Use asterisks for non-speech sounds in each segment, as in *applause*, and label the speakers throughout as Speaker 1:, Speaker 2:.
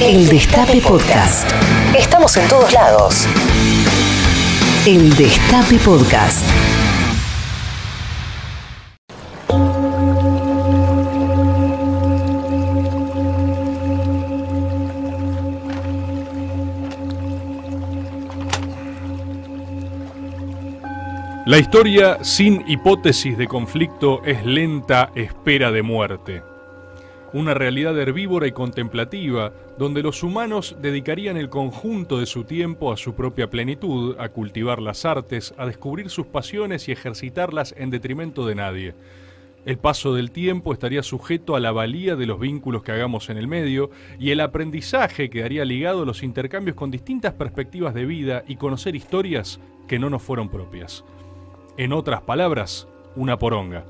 Speaker 1: El Destape Podcast. Estamos en todos lados. El Destape Podcast.
Speaker 2: La historia sin hipótesis de conflicto es lenta espera de muerte. Una realidad herbívora y contemplativa donde los humanos dedicarían el conjunto de su tiempo a su propia plenitud, a cultivar las artes, a descubrir sus pasiones y ejercitarlas en detrimento de nadie. El paso del tiempo estaría sujeto a la valía de los vínculos que hagamos en el medio y el aprendizaje quedaría ligado a los intercambios con distintas perspectivas de vida y conocer historias que no nos fueron propias. En otras palabras, una poronga.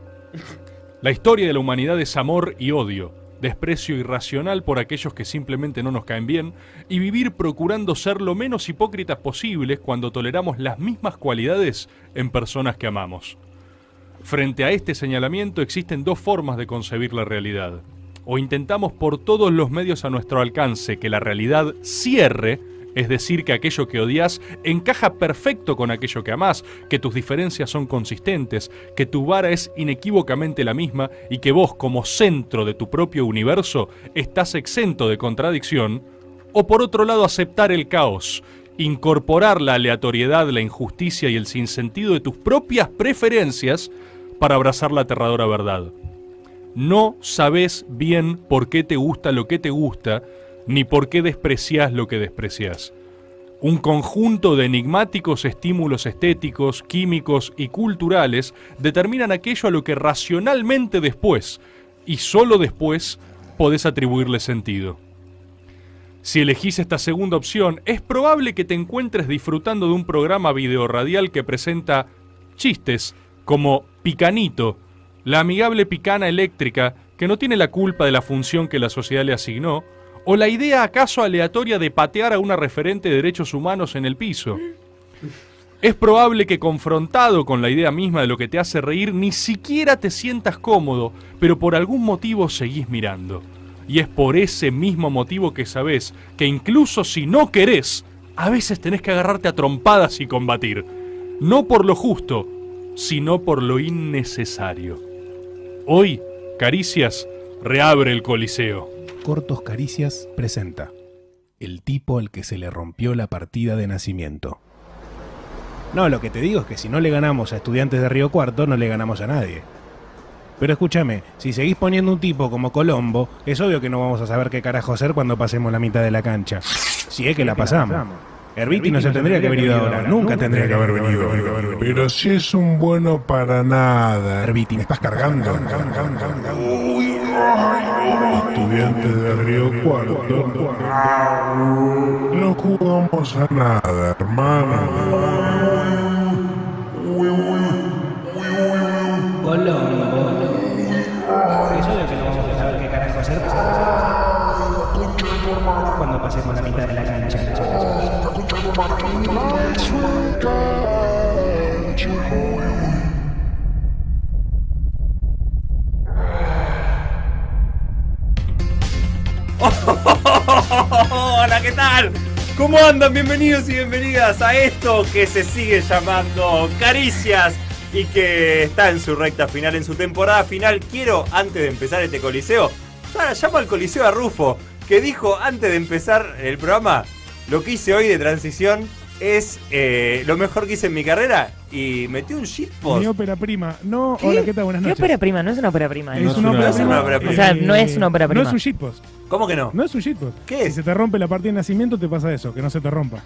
Speaker 2: La historia de la humanidad es amor y odio, desprecio irracional por aquellos que simplemente no nos caen bien, y vivir procurando ser lo menos hipócritas posibles cuando toleramos las mismas cualidades en personas que amamos. Frente a este señalamiento existen dos formas de concebir la realidad. O intentamos por todos los medios a nuestro alcance que la realidad cierre, es decir, que aquello que odias encaja perfecto con aquello que amás, que tus diferencias son consistentes, que tu vara es inequívocamente la misma y que vos, como centro de tu propio universo, estás exento de contradicción. O por otro lado, aceptar el caos, incorporar la aleatoriedad, la injusticia y el sinsentido de tus propias preferencias para abrazar la aterradora verdad. No sabes bien por qué te gusta lo que te gusta, ni por qué desprecias lo que desprecias. Un conjunto de enigmáticos estímulos estéticos, químicos y culturales determinan aquello a lo que racionalmente después, y solo después, podés atribuirle sentido. Si elegís esta segunda opción, es probable que te encuentres disfrutando de un programa videorradial que presenta chistes como Picanito, la amigable picana eléctrica que no tiene la culpa de la función que la sociedad le asignó, o la idea acaso aleatoria de patear a una referente de derechos humanos en el piso. Es probable que confrontado con la idea misma de lo que te hace reír, ni siquiera te sientas cómodo, pero por algún motivo seguís mirando. Y es por ese mismo motivo que sabés que incluso si no querés, a veces tenés que agarrarte a trompadas y combatir. No por lo justo, sino por lo innecesario. Hoy, Caricias reabre el Coliseo.
Speaker 3: Cortos Caricias presenta El tipo al que se le rompió la partida de nacimiento. No, lo que te digo es que si no le ganamos a estudiantes de Río Cuarto, no le ganamos a nadie. Pero escúchame, si seguís poniendo un tipo como Colombo, es obvio que no vamos a saber qué carajo hacer cuando pasemos la mitad de la cancha. Si es que la pasamos. Herbiti no se tendría que haber ido ahora, nunca tendría que haber venido.
Speaker 4: Pero si es un bueno para nada.
Speaker 3: Herbiti, me estás cargando.
Speaker 4: Estudiantes de Río Cuarto. No jugamos a nada, hermano.
Speaker 3: Cuando pasemos la mitad de la cancha.
Speaker 5: Hola, ¿qué tal? ¿Cómo andan? Bienvenidos y bienvenidas a esto que se sigue llamando Caricias y que está en su recta final, en su temporada final. Quiero, antes de empezar este coliseo, para llama al coliseo a Rufo, que dijo antes de empezar el programa, lo que hice hoy de transición es eh, lo mejor que hice en mi carrera y metí un shitpost.
Speaker 6: Mi ópera prima. No,
Speaker 7: ¿Qué?
Speaker 6: hola, ¿qué tal? Buenas
Speaker 7: ¿Qué
Speaker 6: noches.
Speaker 7: ópera prima? No es una ópera prima. ¿eh?
Speaker 6: Es una ópera prima.
Speaker 5: ópera prima.
Speaker 7: O sea, no es una ópera prima.
Speaker 6: No es un shitpost.
Speaker 5: ¿Cómo que no?
Speaker 6: No es un shitpost.
Speaker 5: ¿Qué es?
Speaker 6: Si se te rompe la partida de nacimiento, te pasa eso, que no se te rompa.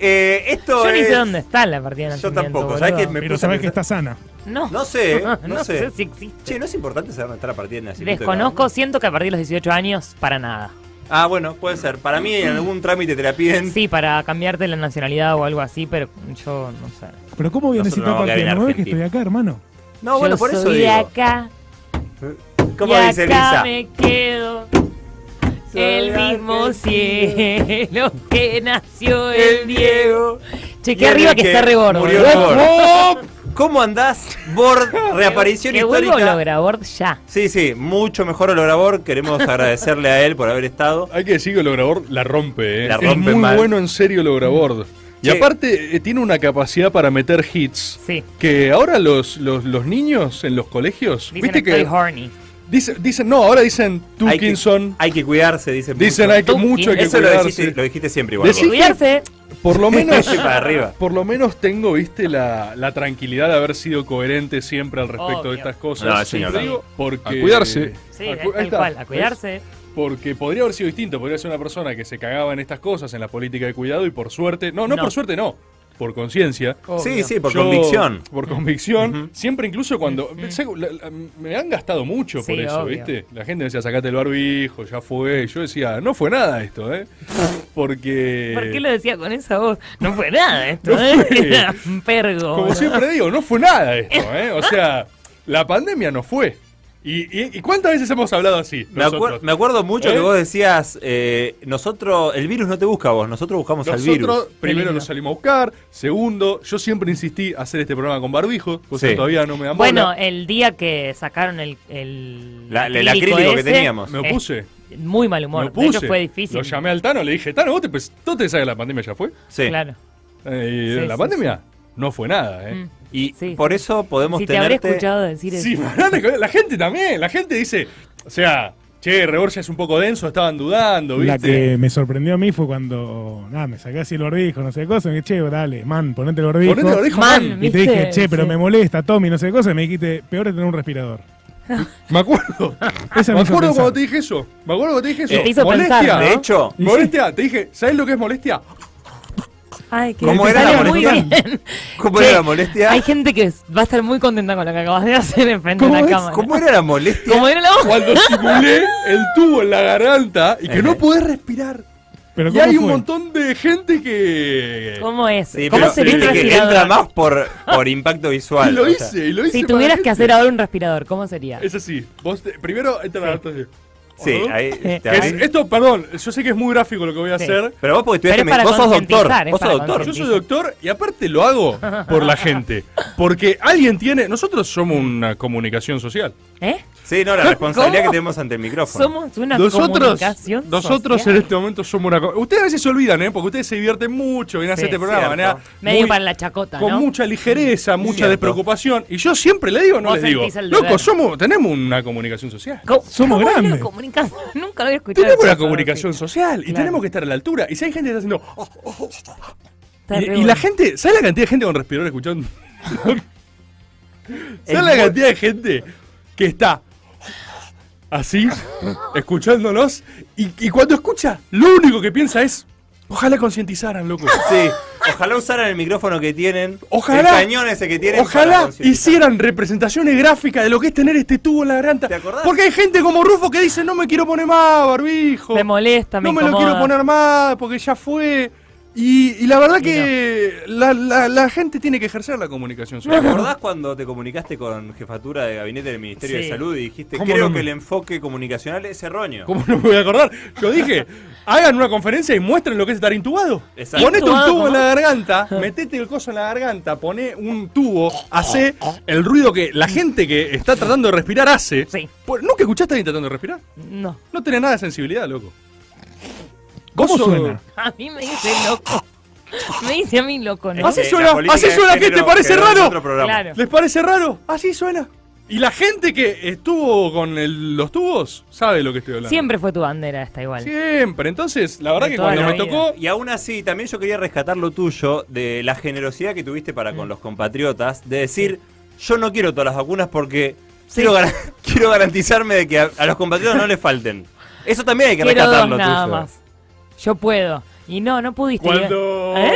Speaker 5: Eh, esto
Speaker 7: Yo ni
Speaker 5: es...
Speaker 7: sé dónde está la partida de
Speaker 5: Yo
Speaker 7: nacimiento,
Speaker 5: tampoco. ¿Sabés
Speaker 7: boludo.
Speaker 5: que me
Speaker 6: Pero
Speaker 5: puse a
Speaker 6: sabes que
Speaker 5: pensar-
Speaker 6: está sana.
Speaker 7: No.
Speaker 5: No sé, no,
Speaker 7: *laughs* No
Speaker 5: sé.
Speaker 7: si existe.
Speaker 5: Che, ¿no es importante saber dónde está la partida de nacimiento? de cada
Speaker 7: Desconozco,
Speaker 5: uno?
Speaker 7: siento que a partir de los 18 años, para nada.
Speaker 5: Ah, bueno, puede ser. Para mí en algún trámite te la piden.
Speaker 7: Sí, para cambiarte la nacionalidad o algo así, pero yo no sé.
Speaker 6: Pero ¿cómo voy a
Speaker 5: Nosotros
Speaker 6: necesitar
Speaker 5: vamos a
Speaker 6: partida?
Speaker 5: quedar en
Speaker 6: ¿No ves que
Speaker 5: Argentina.
Speaker 6: estoy acá, hermano?
Speaker 5: No, bueno,
Speaker 7: Yo
Speaker 5: por eso
Speaker 7: soy
Speaker 5: digo.
Speaker 7: acá,
Speaker 5: ¿Cómo
Speaker 7: y
Speaker 5: dice
Speaker 7: acá
Speaker 5: Lisa?
Speaker 7: me quedo. El mismo cielo que nació el Diego. Che,
Speaker 5: Y
Speaker 7: que
Speaker 5: en
Speaker 7: arriba
Speaker 5: el
Speaker 7: que
Speaker 5: que
Speaker 7: está re gordo.
Speaker 5: murió
Speaker 7: *laughs* boludo.
Speaker 5: gordo.
Speaker 7: ¡Oh!
Speaker 5: ¿Cómo andás? Bord, reaparición
Speaker 7: *laughs* que
Speaker 5: histórica.
Speaker 7: vuelva Lograbord ya.
Speaker 5: Sí, sí, mucho mejor Olorabor. Queremos agradecerle a él por haber estado.
Speaker 2: Hay que decir que el Lograbord la rompe, ¿eh?
Speaker 5: La rompe
Speaker 2: es muy
Speaker 5: mal. Mm.
Speaker 2: bueno en serio Lograbord. Y
Speaker 5: Sí.
Speaker 2: aparte eh, tiene una capacidad para meter hits
Speaker 7: Sí.
Speaker 2: que ahora los, los, los niños en los colegios,
Speaker 7: Dicen
Speaker 2: viste
Speaker 7: estoy
Speaker 2: que
Speaker 7: horny.
Speaker 2: dice- dicen, no, ahora dicen
Speaker 5: Hay que-
Speaker 2: Tukinson,
Speaker 5: Hay que cuidarse, dicen.
Speaker 2: dicen
Speaker 5: mucho.
Speaker 2: hay que
Speaker 7: Tukin-
Speaker 2: mucho hay que
Speaker 5: Eso lo dijiste,
Speaker 2: cuidarse.
Speaker 5: lo dijiste siempre igual.
Speaker 2: Decí-
Speaker 5: vos.
Speaker 7: Cuidarse.
Speaker 2: Por
Speaker 5: *laughs*
Speaker 2: lo menos
Speaker 5: Sí, para arriba.
Speaker 2: Por lo menos tengo, viste, la, la tranquilidad de haber sido coherente siempre al respecto
Speaker 7: Obvio.
Speaker 2: de estas cosas.
Speaker 5: No, sí,
Speaker 2: Te
Speaker 5: hablar.
Speaker 2: digo porque,
Speaker 8: A cuidarse.
Speaker 7: Sí,
Speaker 2: A cu- ahí
Speaker 7: tal
Speaker 2: está,
Speaker 7: cual, a
Speaker 2: ¿ves?
Speaker 7: cuidarse.
Speaker 2: Porque podría haber sido distinto, podría ser una persona que se cagaba en estas cosas, en la política de cuidado, y por suerte, no, no,
Speaker 7: No.
Speaker 2: por suerte no, por conciencia.
Speaker 5: Sí,
Speaker 7: obvio.
Speaker 5: sí, por
Speaker 2: Yo,
Speaker 5: convicción.
Speaker 2: Por convicción.
Speaker 5: Ujú.
Speaker 2: Siempre incluso cuando... sé- la- la- me han gastado mucho por
Speaker 7: Sí,
Speaker 2: eso,
Speaker 7: obvio.
Speaker 2: ¿viste? La gente me decía, sacate el barbijo, ya fue. Yo decía, no fue nada esto, ¿eh? Porque...
Speaker 7: ¿Por qué lo decía con esa voz? No fue nada esto,
Speaker 2: No
Speaker 7: ¿eh?
Speaker 2: fue.
Speaker 7: Era un pergo.
Speaker 2: Como siempre digo, no fue nada esto, ¿eh? O sea, la pandemia no fue. ¿Y, y, y cuántas veces hemos hablado así?
Speaker 5: Me, acuer-
Speaker 2: nosotros?
Speaker 5: me acuerdo mucho
Speaker 2: ¿Eh?
Speaker 5: que vos decías, eh, nosotros, el virus no te busca a vos, nosotros buscamos al virus.
Speaker 2: Nosotros primero lo
Speaker 7: lindo.
Speaker 2: salimos a buscar, segundo, yo siempre insistí hacer este programa con barbijo, cosa
Speaker 5: Sí.
Speaker 2: que todavía no me da
Speaker 7: Bueno,
Speaker 2: bola.
Speaker 7: el día que sacaron el. el
Speaker 5: La- el acrílico que
Speaker 7: ese,
Speaker 5: teníamos.
Speaker 2: me opuse,
Speaker 7: Muy mal
Speaker 2: me
Speaker 7: humor. De
Speaker 2: opuse.
Speaker 7: hecho, fue difícil.
Speaker 2: Lo llamé al Tano, le dije, Tano, vos te, pens- vos te sabes que la pandemia ya fue.
Speaker 5: Sí.
Speaker 7: Claro.
Speaker 2: Eh,
Speaker 7: Sí,
Speaker 2: la
Speaker 7: sí,
Speaker 2: pandemia no fue nada, ¿eh?
Speaker 7: Mm.
Speaker 5: Y
Speaker 7: Sí.
Speaker 5: por eso podemos
Speaker 7: Si te habré
Speaker 5: tenerte.
Speaker 7: escuchado decir eso.
Speaker 2: Sí, *laughs* la gente también, la gente dice, o sea, che, Reborja es un poco denso, estaban dudando, ¿viste?
Speaker 6: La que me sorprendió a mí fue cuando, nada, me saqué así el barbijo, no sé qué cosa, y me dije, che, dale, man, ponete el barbijo.
Speaker 2: Ponete el barbijo,
Speaker 7: Man,
Speaker 2: man.
Speaker 6: Y te dije,
Speaker 7: ¿Viste?
Speaker 6: che, pero
Speaker 7: Sí.
Speaker 6: me molesta, Tommy, no sé qué cosa, y me dijiste, peor es tener un respirador.
Speaker 2: Me acuerdo.
Speaker 6: Esa
Speaker 2: me
Speaker 6: me hizo
Speaker 2: acuerdo
Speaker 6: pensar.
Speaker 2: cuando te dije eso. Me acuerdo cuando te dije eso.
Speaker 7: Te hizo
Speaker 2: molestia.
Speaker 7: pensar, ¿no?
Speaker 5: De hecho,
Speaker 2: Molestia. Te dije, ¿sabes lo que es molestia?
Speaker 7: Ay, que
Speaker 5: ¿Cómo
Speaker 7: te
Speaker 5: era
Speaker 7: salió
Speaker 5: la
Speaker 7: muy
Speaker 5: molestia?
Speaker 7: bien.
Speaker 5: ¿cómo
Speaker 7: Che,
Speaker 5: era la molestia?
Speaker 7: Hay gente que va a estar muy contenta con lo que acabas de hacer enfrente de
Speaker 5: ¿Cómo,
Speaker 7: la
Speaker 5: es?
Speaker 7: cámara.
Speaker 5: ¿Cómo era la molestia?
Speaker 7: Como era la voz. *laughs*
Speaker 2: Cuando simulé el tubo en la garganta y que no podés respirar.
Speaker 6: Pero
Speaker 2: Y
Speaker 6: ¿cómo
Speaker 2: hay un
Speaker 6: fue?
Speaker 2: montón de gente que.
Speaker 7: ¿Cómo es?
Speaker 5: Sí,
Speaker 7: ¿Cómo
Speaker 5: pero
Speaker 7: sería un
Speaker 5: viste que entra
Speaker 7: respirador?
Speaker 5: más por, por impacto
Speaker 2: Y
Speaker 5: visual.
Speaker 2: lo
Speaker 5: o sea.
Speaker 2: hice, y lo hice.
Speaker 7: Si
Speaker 2: para
Speaker 7: tuvieras
Speaker 2: gente.
Speaker 7: que
Speaker 5: ¿eh?
Speaker 7: hacer ahora un respirador, ¿cómo sería?
Speaker 2: Es así. Vos te- primero entra la garganta así.
Speaker 5: Sí,
Speaker 2: Ajá.
Speaker 5: ahí
Speaker 7: Que
Speaker 5: te
Speaker 2: Que es-
Speaker 5: abrís.
Speaker 2: esto, perdón, yo sé que es muy gráfico lo que voy a
Speaker 7: Sí.
Speaker 2: hacer.
Speaker 5: Pero vos porque
Speaker 7: Pero
Speaker 5: estudiaste
Speaker 7: es para
Speaker 5: med- vos sos
Speaker 7: concientizar,
Speaker 5: doctor,
Speaker 7: es
Speaker 5: vos sos
Speaker 7: para
Speaker 5: doctor.
Speaker 2: Yo soy doctor y aparte lo hago por la gente. Porque alguien tiene. Nosotros somos una comunicación social.
Speaker 7: ¿Eh?
Speaker 5: Sí, no, la responsabilidad
Speaker 7: ¿Cómo?
Speaker 5: que tenemos ante el micrófono.
Speaker 7: Somos una
Speaker 2: Nosotros,
Speaker 7: comunicación
Speaker 2: nosotros
Speaker 7: social.
Speaker 2: en este momento somos una. co- Ustedes a veces se olvidan, ¿eh? Porque ustedes se divierten mucho, vienen a
Speaker 7: Sí,
Speaker 2: hacer este programa de
Speaker 5: cierto.
Speaker 2: manera.
Speaker 7: Medio
Speaker 2: muy-
Speaker 7: para la chacota,
Speaker 2: Con
Speaker 7: ¿no?
Speaker 2: mucha ligereza, mucha
Speaker 5: Cierto.
Speaker 2: despreocupación. Y yo siempre le digo, no
Speaker 7: Vos
Speaker 2: les digo.
Speaker 7: sentís el deber.
Speaker 2: Loco, somos, tenemos una comunicación social.
Speaker 7: Co-
Speaker 6: Somos
Speaker 7: ¿Cómo era la
Speaker 6: grandes.
Speaker 7: comunicación? *laughs* Nunca lo había escuchado.
Speaker 2: Tenemos una
Speaker 7: Eso,
Speaker 2: comunicación
Speaker 7: sí.
Speaker 2: social y
Speaker 7: Claro.
Speaker 2: tenemos que estar a la altura. Y si hay gente que está haciendo. "Oh",
Speaker 7: Está
Speaker 2: y,
Speaker 7: re
Speaker 2: y
Speaker 7: bueno.
Speaker 2: la gente. ¿Sabes la cantidad de gente con respirador
Speaker 7: *laughs*
Speaker 2: escuchando?
Speaker 5: Es
Speaker 2: ¿Sabes la
Speaker 5: muy-
Speaker 2: cantidad de gente que está así, escuchándonos? Y, y cuando escucha, lo único que piensa es: ojalá concientizaran, loco.
Speaker 5: Sí, ojalá usaran el micrófono que tienen.
Speaker 2: Ojalá.
Speaker 5: El cañón ese que tienen. para
Speaker 2: Ojalá
Speaker 5: concientizar.
Speaker 2: hicieran representaciones gráficas de lo que es tener este tubo en la garganta.
Speaker 5: ¿Te acordás?
Speaker 2: Porque hay gente como Rufo que dice, no me quiero poner más barbijo.
Speaker 7: Me molesta, me
Speaker 2: No me lo
Speaker 7: incomoda.
Speaker 2: quiero poner más porque ya fue. Y, y la verdad que la, la- la gente tiene que ejercer la
Speaker 7: *laughs*
Speaker 2: comunicación.
Speaker 5: ¿Te
Speaker 2: social.
Speaker 5: acordás cuando te comunicaste con jefatura de gabinete del Ministerio
Speaker 7: Sí.
Speaker 5: de Salud y dijiste,
Speaker 2: ¿Cómo
Speaker 5: creo
Speaker 2: no?
Speaker 5: que el enfoque comunicacional es erróneo?
Speaker 2: ¿Cómo no me voy a acordar? Yo dije, hagan una conferencia y muestren lo que es estar intubado.
Speaker 5: Exacto.
Speaker 2: Ponete un
Speaker 7: Intubado,
Speaker 2: tubo en
Speaker 7: ¿no?
Speaker 2: la
Speaker 7: *laughs*
Speaker 2: garganta, metete el coso en la garganta, poné un tubo, hace el ruido que la gente que está tratando de respirar hace.
Speaker 7: Sí.
Speaker 2: Pues, ¿Nunca escuchaste a alguien tratando de respirar?
Speaker 7: No. *laughs*
Speaker 2: No tenés nada de sensibilidad, loco.
Speaker 6: ¿Cómo
Speaker 2: Coso-
Speaker 6: suena?
Speaker 7: A mí me dice loco. Me dice a mí loco, ¿no?
Speaker 2: Así
Speaker 5: Eh, la
Speaker 2: suena,
Speaker 5: política
Speaker 2: así
Speaker 5: de
Speaker 2: suena, ¿qué
Speaker 5: género
Speaker 2: te parece
Speaker 5: quedó en
Speaker 2: raro?
Speaker 5: otro programa.
Speaker 7: Claro.
Speaker 2: ¿Les parece raro? Así suena. Y la gente que estuvo con el- los tubos sabe de lo que estoy hablando.
Speaker 7: Siempre fue tu bandera esta igual.
Speaker 2: Siempre. Entonces, la verdad
Speaker 7: De
Speaker 2: que
Speaker 7: toda
Speaker 2: cuando
Speaker 7: la
Speaker 2: me
Speaker 7: vida.
Speaker 2: tocó,
Speaker 5: Y aún así, también yo quería rescatar lo tuyo de la generosidad que tuviste para
Speaker 2: Mm.
Speaker 5: con los compatriotas, de decir, yo no quiero todas las vacunas porque quiero, gar- *laughs* quiero garantizarme de que a, a los compatriotas no les falten. Eso también hay que
Speaker 7: Quiero
Speaker 5: rescatar
Speaker 7: dos
Speaker 5: lo
Speaker 7: nada
Speaker 5: tuyo.
Speaker 7: más. Yo puedo. Y no, no pudiste.
Speaker 2: Cuando.
Speaker 7: ¿Eh?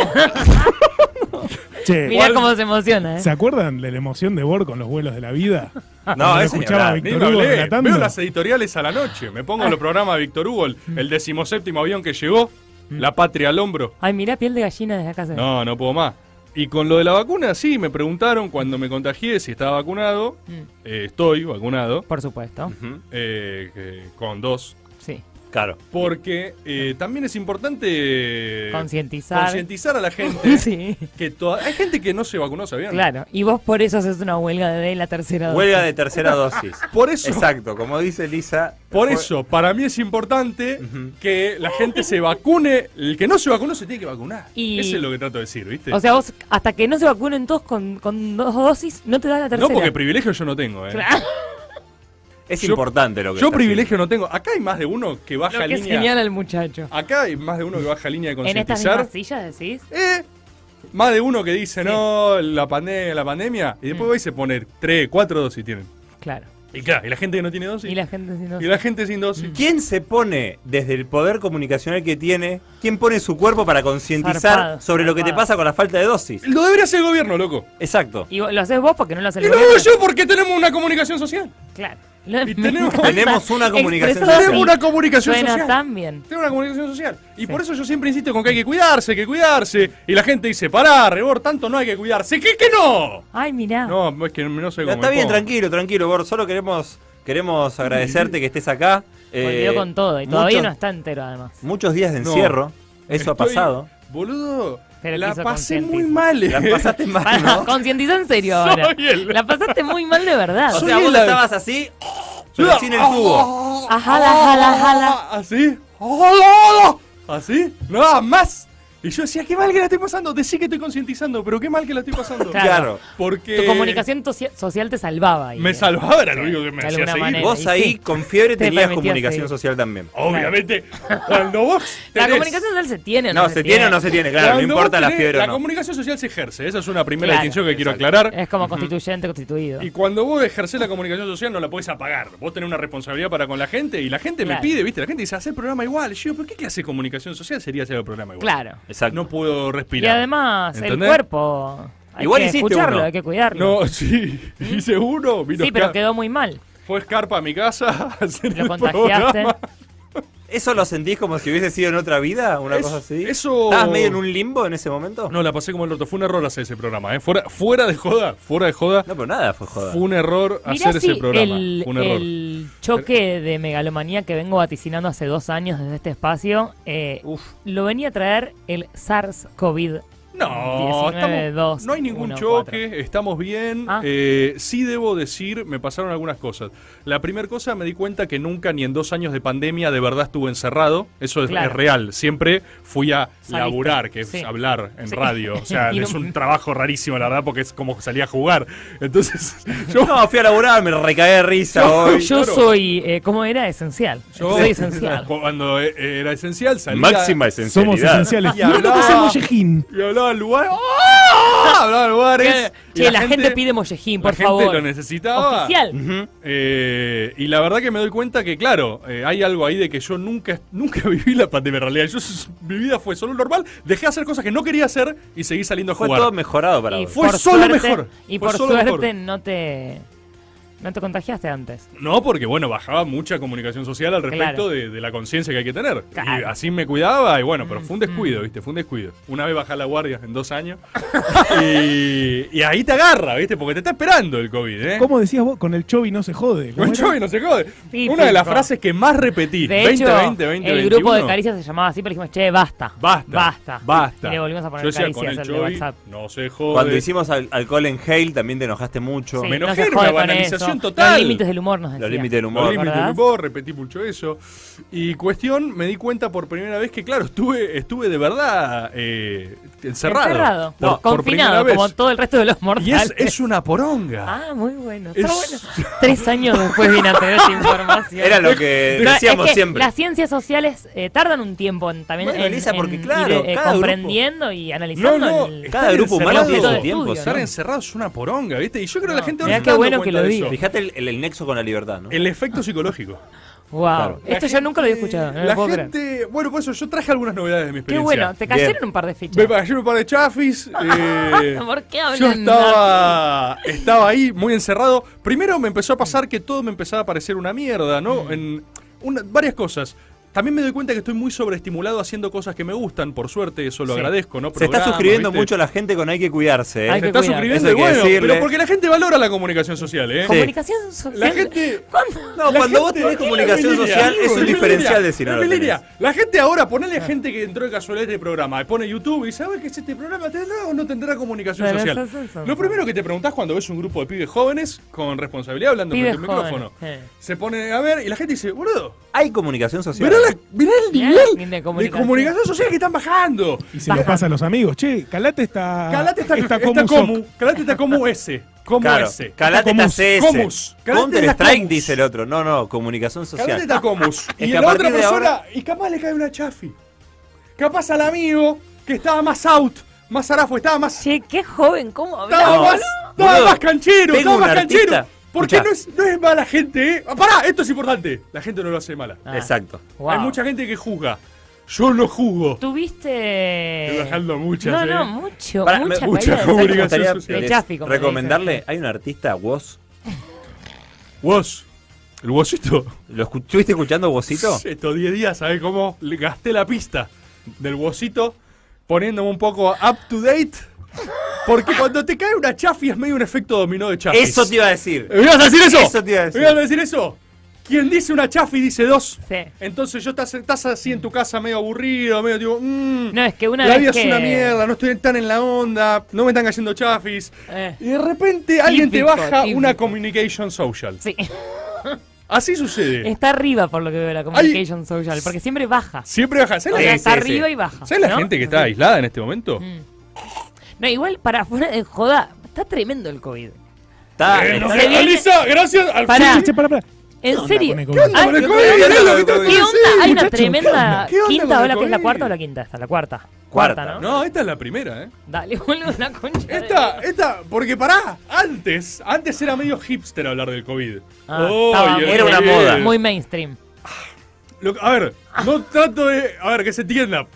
Speaker 6: Che,
Speaker 7: Mira cómo se emociona, ¿eh?
Speaker 6: ¿se acuerdan de la emoción de Bor con los vuelos de la vida?
Speaker 5: No,
Speaker 2: *laughs*
Speaker 6: Cuando
Speaker 5: eso ni
Speaker 6: escuchaba a
Speaker 5: hablar.
Speaker 2: Ni
Speaker 6: Víctor
Speaker 2: me
Speaker 6: Hugo
Speaker 2: hablé.
Speaker 6: relatando.
Speaker 2: Veo las editoriales a la noche. Me pongo en los programas de Víctor Hugo, el, el decimoséptimo avión que llegó, la patria al hombro.
Speaker 7: Ay, mirá piel de gallina desde acá. se ve.
Speaker 2: No, no puedo más. Y con lo de la vacuna, sí, me preguntaron cuando me contagié si estaba vacunado.
Speaker 7: Mm.
Speaker 2: Eh, estoy vacunado,
Speaker 7: Por supuesto.
Speaker 5: Ujú.
Speaker 2: eh, que- con dos
Speaker 7: Sí.
Speaker 5: Claro.
Speaker 2: Porque eh, también es importante
Speaker 7: Concientizar.
Speaker 2: concientizar a la gente
Speaker 7: *laughs* Sí,
Speaker 2: que toda- hay gente que no se vacunó, ¿sabían?
Speaker 7: *laughs* claro. Y vos por eso haces una huelga de la tercera dosis.
Speaker 5: Huelga de tercera
Speaker 2: *laughs*
Speaker 5: dosis.
Speaker 2: Por eso,
Speaker 5: Exacto, como dice Lisa.
Speaker 2: por
Speaker 5: fue-
Speaker 2: eso, para mí es importante
Speaker 5: Ujú.
Speaker 2: que la gente se vacune. El que no se vacunó se tiene que vacunar.
Speaker 7: Y-
Speaker 2: Eso es lo que trato de decir, ¿viste?
Speaker 7: O sea, vos hasta que no se vacunen todos con, con dos dosis, no te das la
Speaker 2: no
Speaker 7: tercera.
Speaker 2: porque privilegio yo no tengo, ¿eh?
Speaker 7: Claro,
Speaker 5: Es
Speaker 2: Yo-
Speaker 5: importante lo que
Speaker 2: Yo
Speaker 5: está
Speaker 2: privilegio no tengo. Acá hay más de uno que baja
Speaker 7: lo que es
Speaker 2: línea.
Speaker 7: genial al muchacho.
Speaker 2: Acá hay más de uno que baja línea de
Speaker 7: En estas
Speaker 2: concientizar.
Speaker 7: mismas sillas decís.
Speaker 2: Eh, más de uno que dice,
Speaker 7: Sí.
Speaker 2: no, la pandemia, la pandemia. Y después
Speaker 7: Mm.
Speaker 2: vais a poner tres, cuatro dosis tienen.
Speaker 7: Claro.
Speaker 2: Y claro, y la gente que no tiene dosis.
Speaker 7: Y la Mm. gente si no.
Speaker 2: y la gente sin dosis.
Speaker 5: haciendo. ¿Quién se pone, desde el poder comunicacional que tiene, quién pone su cuerpo para concientizar
Speaker 7: Zarpado,
Speaker 5: sobre lo que te
Speaker 7: zarpado.
Speaker 5: pasa con la falta de dosis?
Speaker 2: Lo debería hacer el gobierno, loco.
Speaker 5: Exacto.
Speaker 7: Y vos- lo haces vos porque no lo hace
Speaker 2: Y
Speaker 7: el
Speaker 2: lo hago
Speaker 7: gobierno.
Speaker 2: yo porque tenemos una comunicación social.
Speaker 7: Claro. *laughs* Lo-
Speaker 2: Y tenemos-
Speaker 7: Me encanta.
Speaker 5: Tenemos una comunicación
Speaker 7: Expresado
Speaker 5: social.
Speaker 2: Tenemos una comunicación
Speaker 7: Suena
Speaker 2: social.
Speaker 7: tan bien.
Speaker 2: Tenemos una comunicación social. Y por eso yo siempre insisto con que hay que cuidarse, que cuidarse. Y la gente dice, pará, Rebor, tanto no hay que cuidarse. ¿Qué que no?
Speaker 7: Ay, mirá.
Speaker 2: No, es que no sé cómo.
Speaker 5: Está
Speaker 2: me
Speaker 5: bien,
Speaker 2: pongo.
Speaker 5: tranquilo, tranquilo, Bor. Solo queremos, queremos agradecerte que estés acá.
Speaker 7: Volvió
Speaker 5: Eh,
Speaker 7: con todo y todavía
Speaker 5: muchos-
Speaker 7: no está entero
Speaker 2: *laughs*
Speaker 7: además.
Speaker 5: Muchos días de
Speaker 2: No.
Speaker 5: encierro. Eso ha
Speaker 2: Estoy-
Speaker 5: pasado.
Speaker 2: Boludo,
Speaker 7: Pero
Speaker 2: la
Speaker 7: quiso
Speaker 2: pasé muy
Speaker 7: concientizar.
Speaker 2: mal. eh.
Speaker 5: La
Speaker 2: *laughs*
Speaker 5: pasaste mal,
Speaker 7: Para,
Speaker 5: ¿no?
Speaker 7: concientizá en serio ahora.
Speaker 2: Soy el-
Speaker 7: La pasaste muy mal de verdad.
Speaker 5: O
Speaker 2: Soy
Speaker 5: sea, vos
Speaker 2: el-
Speaker 5: estabas así, pero sin el
Speaker 2: Ah,
Speaker 5: tubo.
Speaker 7: Ajala, jala, jala.
Speaker 2: ¿Así? ¡Hola, hola! ¿Así? ¡Nada más! Y yo decía, qué mal que la estoy pasando. Decí que estoy concientizando, pero qué mal que la estoy pasando.
Speaker 5: Claro.
Speaker 2: Porque.
Speaker 7: Tu comunicación tosi- social te salvaba ahí.
Speaker 2: Me
Speaker 7: eh.
Speaker 2: salvaba, era lo único que me
Speaker 7: De
Speaker 2: hacía
Speaker 7: alguna
Speaker 2: seguir.
Speaker 7: manera.
Speaker 5: Vos
Speaker 7: Y
Speaker 5: ahí
Speaker 7: sí.
Speaker 5: con fiebre
Speaker 7: *laughs* Te
Speaker 5: tenías
Speaker 7: permitía
Speaker 5: comunicación
Speaker 7: seguir.
Speaker 5: social también.
Speaker 2: Obviamente, cuando vos.
Speaker 7: La
Speaker 2: tenés-
Speaker 7: comunicación social se tiene, o
Speaker 5: No, se tiene o no se tiene, claro, no
Speaker 2: cuando
Speaker 5: importa
Speaker 2: vos
Speaker 5: la
Speaker 2: tenés-
Speaker 5: fiebre o
Speaker 2: La
Speaker 5: no.
Speaker 2: comunicación social se ejerce, esa es una primera
Speaker 7: Claro.
Speaker 2: distinción que quiero
Speaker 5: Exacto.
Speaker 2: aclarar.
Speaker 7: Es como constituyente, constituido.
Speaker 2: Y cuando vos ejercés la comunicación social no la podés apagar. Vos tenés una responsabilidad para con la gente y la gente me
Speaker 7: Claro.
Speaker 2: pide, ¿viste? La gente dice, hacer programa igual. Y yo, ¿por qué clase de comunicación social sería hacer el programa igual?
Speaker 7: Claro.
Speaker 5: Exacto.
Speaker 2: No puedo
Speaker 7: Y
Speaker 2: respirar.
Speaker 7: además,
Speaker 2: ¿Entendés?
Speaker 7: el cuerpo. Hay
Speaker 5: Igual
Speaker 7: que
Speaker 5: hiciste
Speaker 7: escucharlo,
Speaker 5: uno.
Speaker 7: hay que cuidarlo.
Speaker 2: No, *laughs* sí. Hice uno, vino
Speaker 7: sí, pero
Speaker 2: Scar-
Speaker 7: quedó muy mal.
Speaker 2: Fue Scarpa a mi casa. *laughs* a hacer
Speaker 7: Lo
Speaker 2: el
Speaker 7: contagiaste.
Speaker 2: programa.
Speaker 5: ¿Eso lo sentís como si hubiese sido en otra vida? ¿Una
Speaker 2: Es-
Speaker 5: cosa así?
Speaker 2: eso-
Speaker 5: ¿Estabas medio en un limbo en ese momento?
Speaker 2: No, la pasé como el orto. Fue un error hacer ese programa, ¿eh? Fuera, fuera de joda, fuera de joda.
Speaker 5: No, pero nada, fue joda.
Speaker 2: Fue un error
Speaker 7: Mirá
Speaker 2: hacer
Speaker 7: si
Speaker 2: ese programa.
Speaker 7: el,
Speaker 2: Fue un error.
Speaker 7: el choque de megalomanía que vengo vaticinando hace dos años desde este espacio eh,
Speaker 2: Uf.
Speaker 7: lo venía a traer el SARS-CoV-19.
Speaker 2: No, estamos-
Speaker 7: 2,
Speaker 2: no hay ningún
Speaker 7: 1,
Speaker 2: choque, estamos bien.
Speaker 7: Ah.
Speaker 2: Eh, sí debo decir, me pasaron algunas cosas. La primera cosa, me di cuenta que nunca ni en dos años de pandemia de verdad estuve encerrado. Eso es,
Speaker 7: Claro.
Speaker 2: es real. Siempre fui a
Speaker 7: Saliste.
Speaker 2: laburar, que es
Speaker 7: Sí.
Speaker 2: hablar en
Speaker 7: Sí.
Speaker 2: radio. O
Speaker 7: *laughs*
Speaker 2: sea,
Speaker 7: Y no-
Speaker 2: es un trabajo rarísimo, la verdad, porque es como salí a jugar. Entonces, *laughs* yo...
Speaker 5: No, fui a laburar, me recagué de risa hoy.
Speaker 7: Yo
Speaker 2: claro.
Speaker 7: soy, eh, ¿cómo era? Esencial.
Speaker 2: yo- *laughs*
Speaker 7: soy esencial.
Speaker 2: Cuando eh, era esencial, salía...
Speaker 6: Somos esenciales.
Speaker 2: Y hablaba-
Speaker 6: No es el mollejín.
Speaker 2: Y hablaba al lugar... ¡Ah! Hablaba al lugar...
Speaker 7: Che, la, gente, pide mollejín, por
Speaker 2: la gente
Speaker 7: favor.
Speaker 2: lo necesitaba.
Speaker 7: Oficial.
Speaker 5: Ujú.
Speaker 2: Eh, y la verdad que me doy cuenta que, claro, eh, hay algo ahí de que yo nunca, nunca *laughs* viví la pandemia en realidad. Yo, s- mi vida fue solo normal, dejé de hacer cosas que no quería hacer y seguí saliendo a
Speaker 5: Fue
Speaker 2: jugar.
Speaker 5: todo mejorado para
Speaker 7: Y
Speaker 5: vos.
Speaker 2: Fue
Speaker 7: por
Speaker 2: solo
Speaker 7: suerte-
Speaker 2: mejor.
Speaker 7: Y
Speaker 2: Fue
Speaker 7: por
Speaker 2: solo mejor.
Speaker 7: suerte no te no te contagiaste antes.
Speaker 2: No, porque bueno, bajaba mucha comunicación social al respecto
Speaker 7: Claro.
Speaker 2: de, de la conciencia que hay que tener. Y
Speaker 7: Claro. Mm,
Speaker 2: así me cuidaba y bueno, pero fue un descuido, ¿viste? Fue un descuido. Una vez bajé la guardia en dos años *laughs* y, y ahí te agarra, ¿viste? Porque te está esperando el COVID, ¿eh?
Speaker 6: ¿Cómo decías vos? Con el chovi no se jode.
Speaker 2: Con
Speaker 6: ¿Cómo era?
Speaker 2: Chovy no se jode.
Speaker 7: Sí,
Speaker 2: Una de las
Speaker 7: chico.
Speaker 2: frases que más repetí.
Speaker 7: De
Speaker 2: 20,
Speaker 7: hecho,
Speaker 2: 20, 20,
Speaker 7: el grupo
Speaker 2: 21.
Speaker 7: de Caricias se llamaba así, pero dijimos, che, basta.
Speaker 2: Basta.
Speaker 7: Basta.
Speaker 2: Basta.
Speaker 7: Y le volvimos a poner
Speaker 2: Yo decía, con
Speaker 7: Caricias
Speaker 2: el
Speaker 7: al de
Speaker 2: Chovy,
Speaker 7: WhatsApp.
Speaker 2: No se jode.
Speaker 5: Cuando hicimos al- alcohol en Hale también te enojaste mucho.
Speaker 7: Sí,
Speaker 2: me
Speaker 7: no
Speaker 2: enojé,
Speaker 7: se
Speaker 2: era
Speaker 7: jode
Speaker 2: una
Speaker 7: con
Speaker 2: banalización
Speaker 7: eso.
Speaker 2: total.
Speaker 7: Los límites del humor nos decía.
Speaker 5: Los límites del
Speaker 2: Los
Speaker 5: humor.
Speaker 2: límites
Speaker 7: ¿Verdad?
Speaker 2: del humor, repetí mucho eso. Y cuestión, me di cuenta por primera vez que, claro, estuve, estuve de verdad eh, encerrado. Por-
Speaker 7: No,
Speaker 2: por primera
Speaker 7: confinado,
Speaker 2: vez.
Speaker 7: como todo el resto de los
Speaker 2: Y
Speaker 7: mortales.
Speaker 2: es, es una poronga.
Speaker 7: Ah, muy bueno.
Speaker 2: Es-
Speaker 7: Está bueno. Tres años después vine a tener esta información.
Speaker 5: Era lo que
Speaker 7: No, es
Speaker 5: decíamos
Speaker 7: que
Speaker 5: siempre.
Speaker 7: Las ciencias sociales eh, tardan un tiempo en, también
Speaker 5: Bueno,
Speaker 7: en,
Speaker 5: Elisa, porque
Speaker 7: en
Speaker 5: claro,
Speaker 7: ir, eh,
Speaker 5: cada
Speaker 7: comprendiendo y
Speaker 2: No,
Speaker 7: analizando.
Speaker 2: no,
Speaker 7: el-
Speaker 5: cada grupo humano
Speaker 2: encerrado,
Speaker 5: tiene su
Speaker 7: de
Speaker 5: tiempo,
Speaker 7: estudio,
Speaker 2: Estar
Speaker 7: ¿no?
Speaker 2: encerrado es una poronga, ¿viste? Y yo creo que la
Speaker 7: No,
Speaker 2: gente
Speaker 7: mirá
Speaker 2: ahora
Speaker 7: qué
Speaker 2: está
Speaker 7: bueno
Speaker 2: dando
Speaker 7: que
Speaker 2: cuenta
Speaker 7: lo
Speaker 2: de
Speaker 7: diga.
Speaker 2: eso.
Speaker 5: Fíjate el, el- el nexo con la libertad, ¿no?
Speaker 2: El efecto psicológico.
Speaker 7: Wow. Esto yo nunca lo había escuchado. No
Speaker 2: la
Speaker 7: lo puedo creer.
Speaker 2: gente, bueno, por eso yo traje algunas novedades de mi
Speaker 7: Qué
Speaker 2: experiencia.
Speaker 7: bueno, te cayeron
Speaker 5: Bien.
Speaker 7: un par de fichas.
Speaker 2: Me pagué un par de
Speaker 7: *laughs*
Speaker 2: chafis. eh,
Speaker 7: ¿Por qué
Speaker 2: yo
Speaker 7: hablan
Speaker 2: estaba, estaba ahí muy encerrado.
Speaker 7: Mm.
Speaker 2: Primero me empezó a pasar que todo me empezaba a parecer una mierda, ¿no? En una- varias cosas. También me doy cuenta que estoy muy sobreestimulado haciendo cosas que me gustan, por suerte, eso lo
Speaker 7: Sí.
Speaker 2: agradezco, ¿no?
Speaker 5: Se está
Speaker 2: Programa,
Speaker 5: suscribiendo
Speaker 2: ¿viste?
Speaker 5: mucho la gente con Hay que cuidarse. ¿eh?
Speaker 7: Hay
Speaker 2: Se
Speaker 7: que
Speaker 2: está
Speaker 7: cuidar.
Speaker 2: suscribiendo y
Speaker 5: Eso hay que
Speaker 2: bueno,
Speaker 5: decirle.
Speaker 2: pero porque la gente valora la comunicación social, ¿eh?
Speaker 5: Sí.
Speaker 7: Comunicación social.
Speaker 2: La gente...
Speaker 5: No,
Speaker 2: La
Speaker 5: cuando vos
Speaker 2: gente-
Speaker 5: tenés
Speaker 2: ¿por qué
Speaker 5: comunicación
Speaker 2: es milenaria?
Speaker 5: social es un
Speaker 2: milenaria,
Speaker 5: diferencial de si no
Speaker 2: es
Speaker 5: lo tenés.
Speaker 2: milenaria. La gente ahora, ponele a gente que entró de casualidad a este programa, y pone YouTube y dice, a ver qué es este programa, ¿tendrá o no tendrá comunicación
Speaker 7: Pero
Speaker 2: social?
Speaker 7: eso es eso.
Speaker 2: Lo primero que te preguntás cuando ves un grupo de pibes jóvenes con responsabilidad hablando
Speaker 7: Pibes
Speaker 2: frente al micrófono.
Speaker 7: jóvenes, eh.
Speaker 2: Se pone a ver y la gente dice, boludo,
Speaker 5: Hay comunicación social.
Speaker 2: mirá, la- mirá el
Speaker 7: Mirá
Speaker 2: nivel
Speaker 7: el nivel
Speaker 2: de
Speaker 7: de
Speaker 2: comunicación.
Speaker 7: comunicación.
Speaker 2: social que están bajando.
Speaker 6: Y se lo pasa a los amigos. Che, calate
Speaker 5: Ah,
Speaker 6: esta.
Speaker 2: Calate está, está
Speaker 6: como
Speaker 2: como, Calate está como ese. Como
Speaker 5: Claro,
Speaker 2: ese.
Speaker 5: Calate
Speaker 2: Está
Speaker 5: está
Speaker 2: eh. comus,
Speaker 5: CS.
Speaker 2: comus. Calate
Speaker 5: Counter
Speaker 2: está
Speaker 5: Strike
Speaker 2: comus.
Speaker 5: dice el otro. No, no, comunicación social.
Speaker 2: Calate está comus.
Speaker 5: que
Speaker 2: y
Speaker 5: a
Speaker 2: la otra
Speaker 5: partir de
Speaker 2: persona,
Speaker 5: ahora-
Speaker 2: y capaz le cae una chafi. Capaz al amigo que estaba más out, más arafo, estaba más.
Speaker 7: Che, qué joven, ¿cómo habla?
Speaker 2: Estaba
Speaker 5: No,
Speaker 2: más, estaba
Speaker 5: boludo,
Speaker 2: más canchero,
Speaker 5: tengo
Speaker 2: estaba
Speaker 5: un
Speaker 2: más
Speaker 5: artista.
Speaker 2: canchero. Porque
Speaker 5: Escuchá.
Speaker 2: no es, no es mala gente, ¿eh? Ah, Pará, esto es importante. La gente no lo hace mala.
Speaker 7: Ah,
Speaker 5: Exacto.
Speaker 7: wow.
Speaker 2: Hay mucha gente que juzga. Yo no juzgo.
Speaker 7: Tuviste.
Speaker 2: Estoy bajando muchas,
Speaker 7: No,
Speaker 2: eh.
Speaker 7: no, mucho.
Speaker 5: Pará,
Speaker 7: mucha
Speaker 5: me-
Speaker 2: mucha
Speaker 7: caída de
Speaker 5: ¿sabés qué me
Speaker 2: comunicación
Speaker 5: gustaría
Speaker 2: social.
Speaker 5: les
Speaker 7: De Chafi, como le dicen.
Speaker 5: recomendarle? Hay un artista, Woz.
Speaker 2: Vos. ¿El vosito?
Speaker 5: ¿Lo escu- estuviste escuchando, Wozito?
Speaker 2: *laughs* Estos 10 días, ¿sabes cómo? Le gasté la pista del huesito poniéndome un poco up to date. Porque cuando te cae una chafi es medio un efecto dominó de chafis.
Speaker 5: Eso te iba a decir.
Speaker 2: ¿Me ibas a decir eso?
Speaker 5: Eso te iba a decir.
Speaker 2: ¿Me ibas a decir eso? Quien dice una chafi dice dos.
Speaker 7: Sí.
Speaker 2: Entonces yo estás, estás así en tu casa medio aburrido, medio digo, mmm,
Speaker 7: No, es que una
Speaker 2: la
Speaker 7: vez
Speaker 2: vida es
Speaker 7: que-
Speaker 2: una mierda, no estoy tan en la onda, no me están cayendo chafis.
Speaker 7: Eh.
Speaker 2: Y de repente alguien te
Speaker 7: Típico,
Speaker 2: baja una
Speaker 7: típico.
Speaker 2: communication social.
Speaker 7: Sí.
Speaker 2: Así sucede.
Speaker 7: Está arriba por lo que veo la communication social, porque siempre baja.
Speaker 2: Siempre baja. ¿Sabes
Speaker 7: O
Speaker 2: la
Speaker 7: sea,
Speaker 5: Sí,
Speaker 7: está
Speaker 5: sí,
Speaker 7: arriba
Speaker 5: sí.
Speaker 7: y baja.
Speaker 2: ¿Sabes la
Speaker 7: ¿no? Mm.
Speaker 2: gente que está aislada en este momento?
Speaker 7: No, igual para fuera de joda, está tremendo el COVID.
Speaker 5: Está-
Speaker 2: Eh, no,
Speaker 5: está-
Speaker 7: Se viene-
Speaker 2: Alisa, gracias al
Speaker 7: Pará.
Speaker 6: Che, pará, pará.
Speaker 7: En serio.
Speaker 6: con el
Speaker 7: ¿Qué
Speaker 6: COVID?
Speaker 7: onda?
Speaker 2: Con el
Speaker 5: ¿qué
Speaker 2: COVID,
Speaker 5: onda
Speaker 2: mirá
Speaker 5: con
Speaker 2: lo que
Speaker 5: el
Speaker 2: trato de
Speaker 5: COVID?
Speaker 2: decir,
Speaker 7: Hay una
Speaker 2: muchacho, ¿qué onda?
Speaker 7: tremenda
Speaker 2: ¿Qué onda con
Speaker 7: quinta
Speaker 2: el
Speaker 7: ola que es la
Speaker 2: COVID?
Speaker 7: cuarta o la quinta esta, la cuarta.
Speaker 5: Cuarta.
Speaker 7: ¿no?
Speaker 2: No, esta es la primera, ¿eh?
Speaker 7: Dale, *laughs* boludo, una concha. de-
Speaker 2: Esta, esta, porque pará, antes, antes era medio hipster hablar del COVID.
Speaker 7: Ah,
Speaker 2: Oh,
Speaker 7: estaba
Speaker 2: y el
Speaker 7: muy-
Speaker 5: Era una
Speaker 2: COVID.
Speaker 5: moda.
Speaker 7: Muy mainstream.
Speaker 2: Lo- a ver, no trato de. A ver, que se entienda.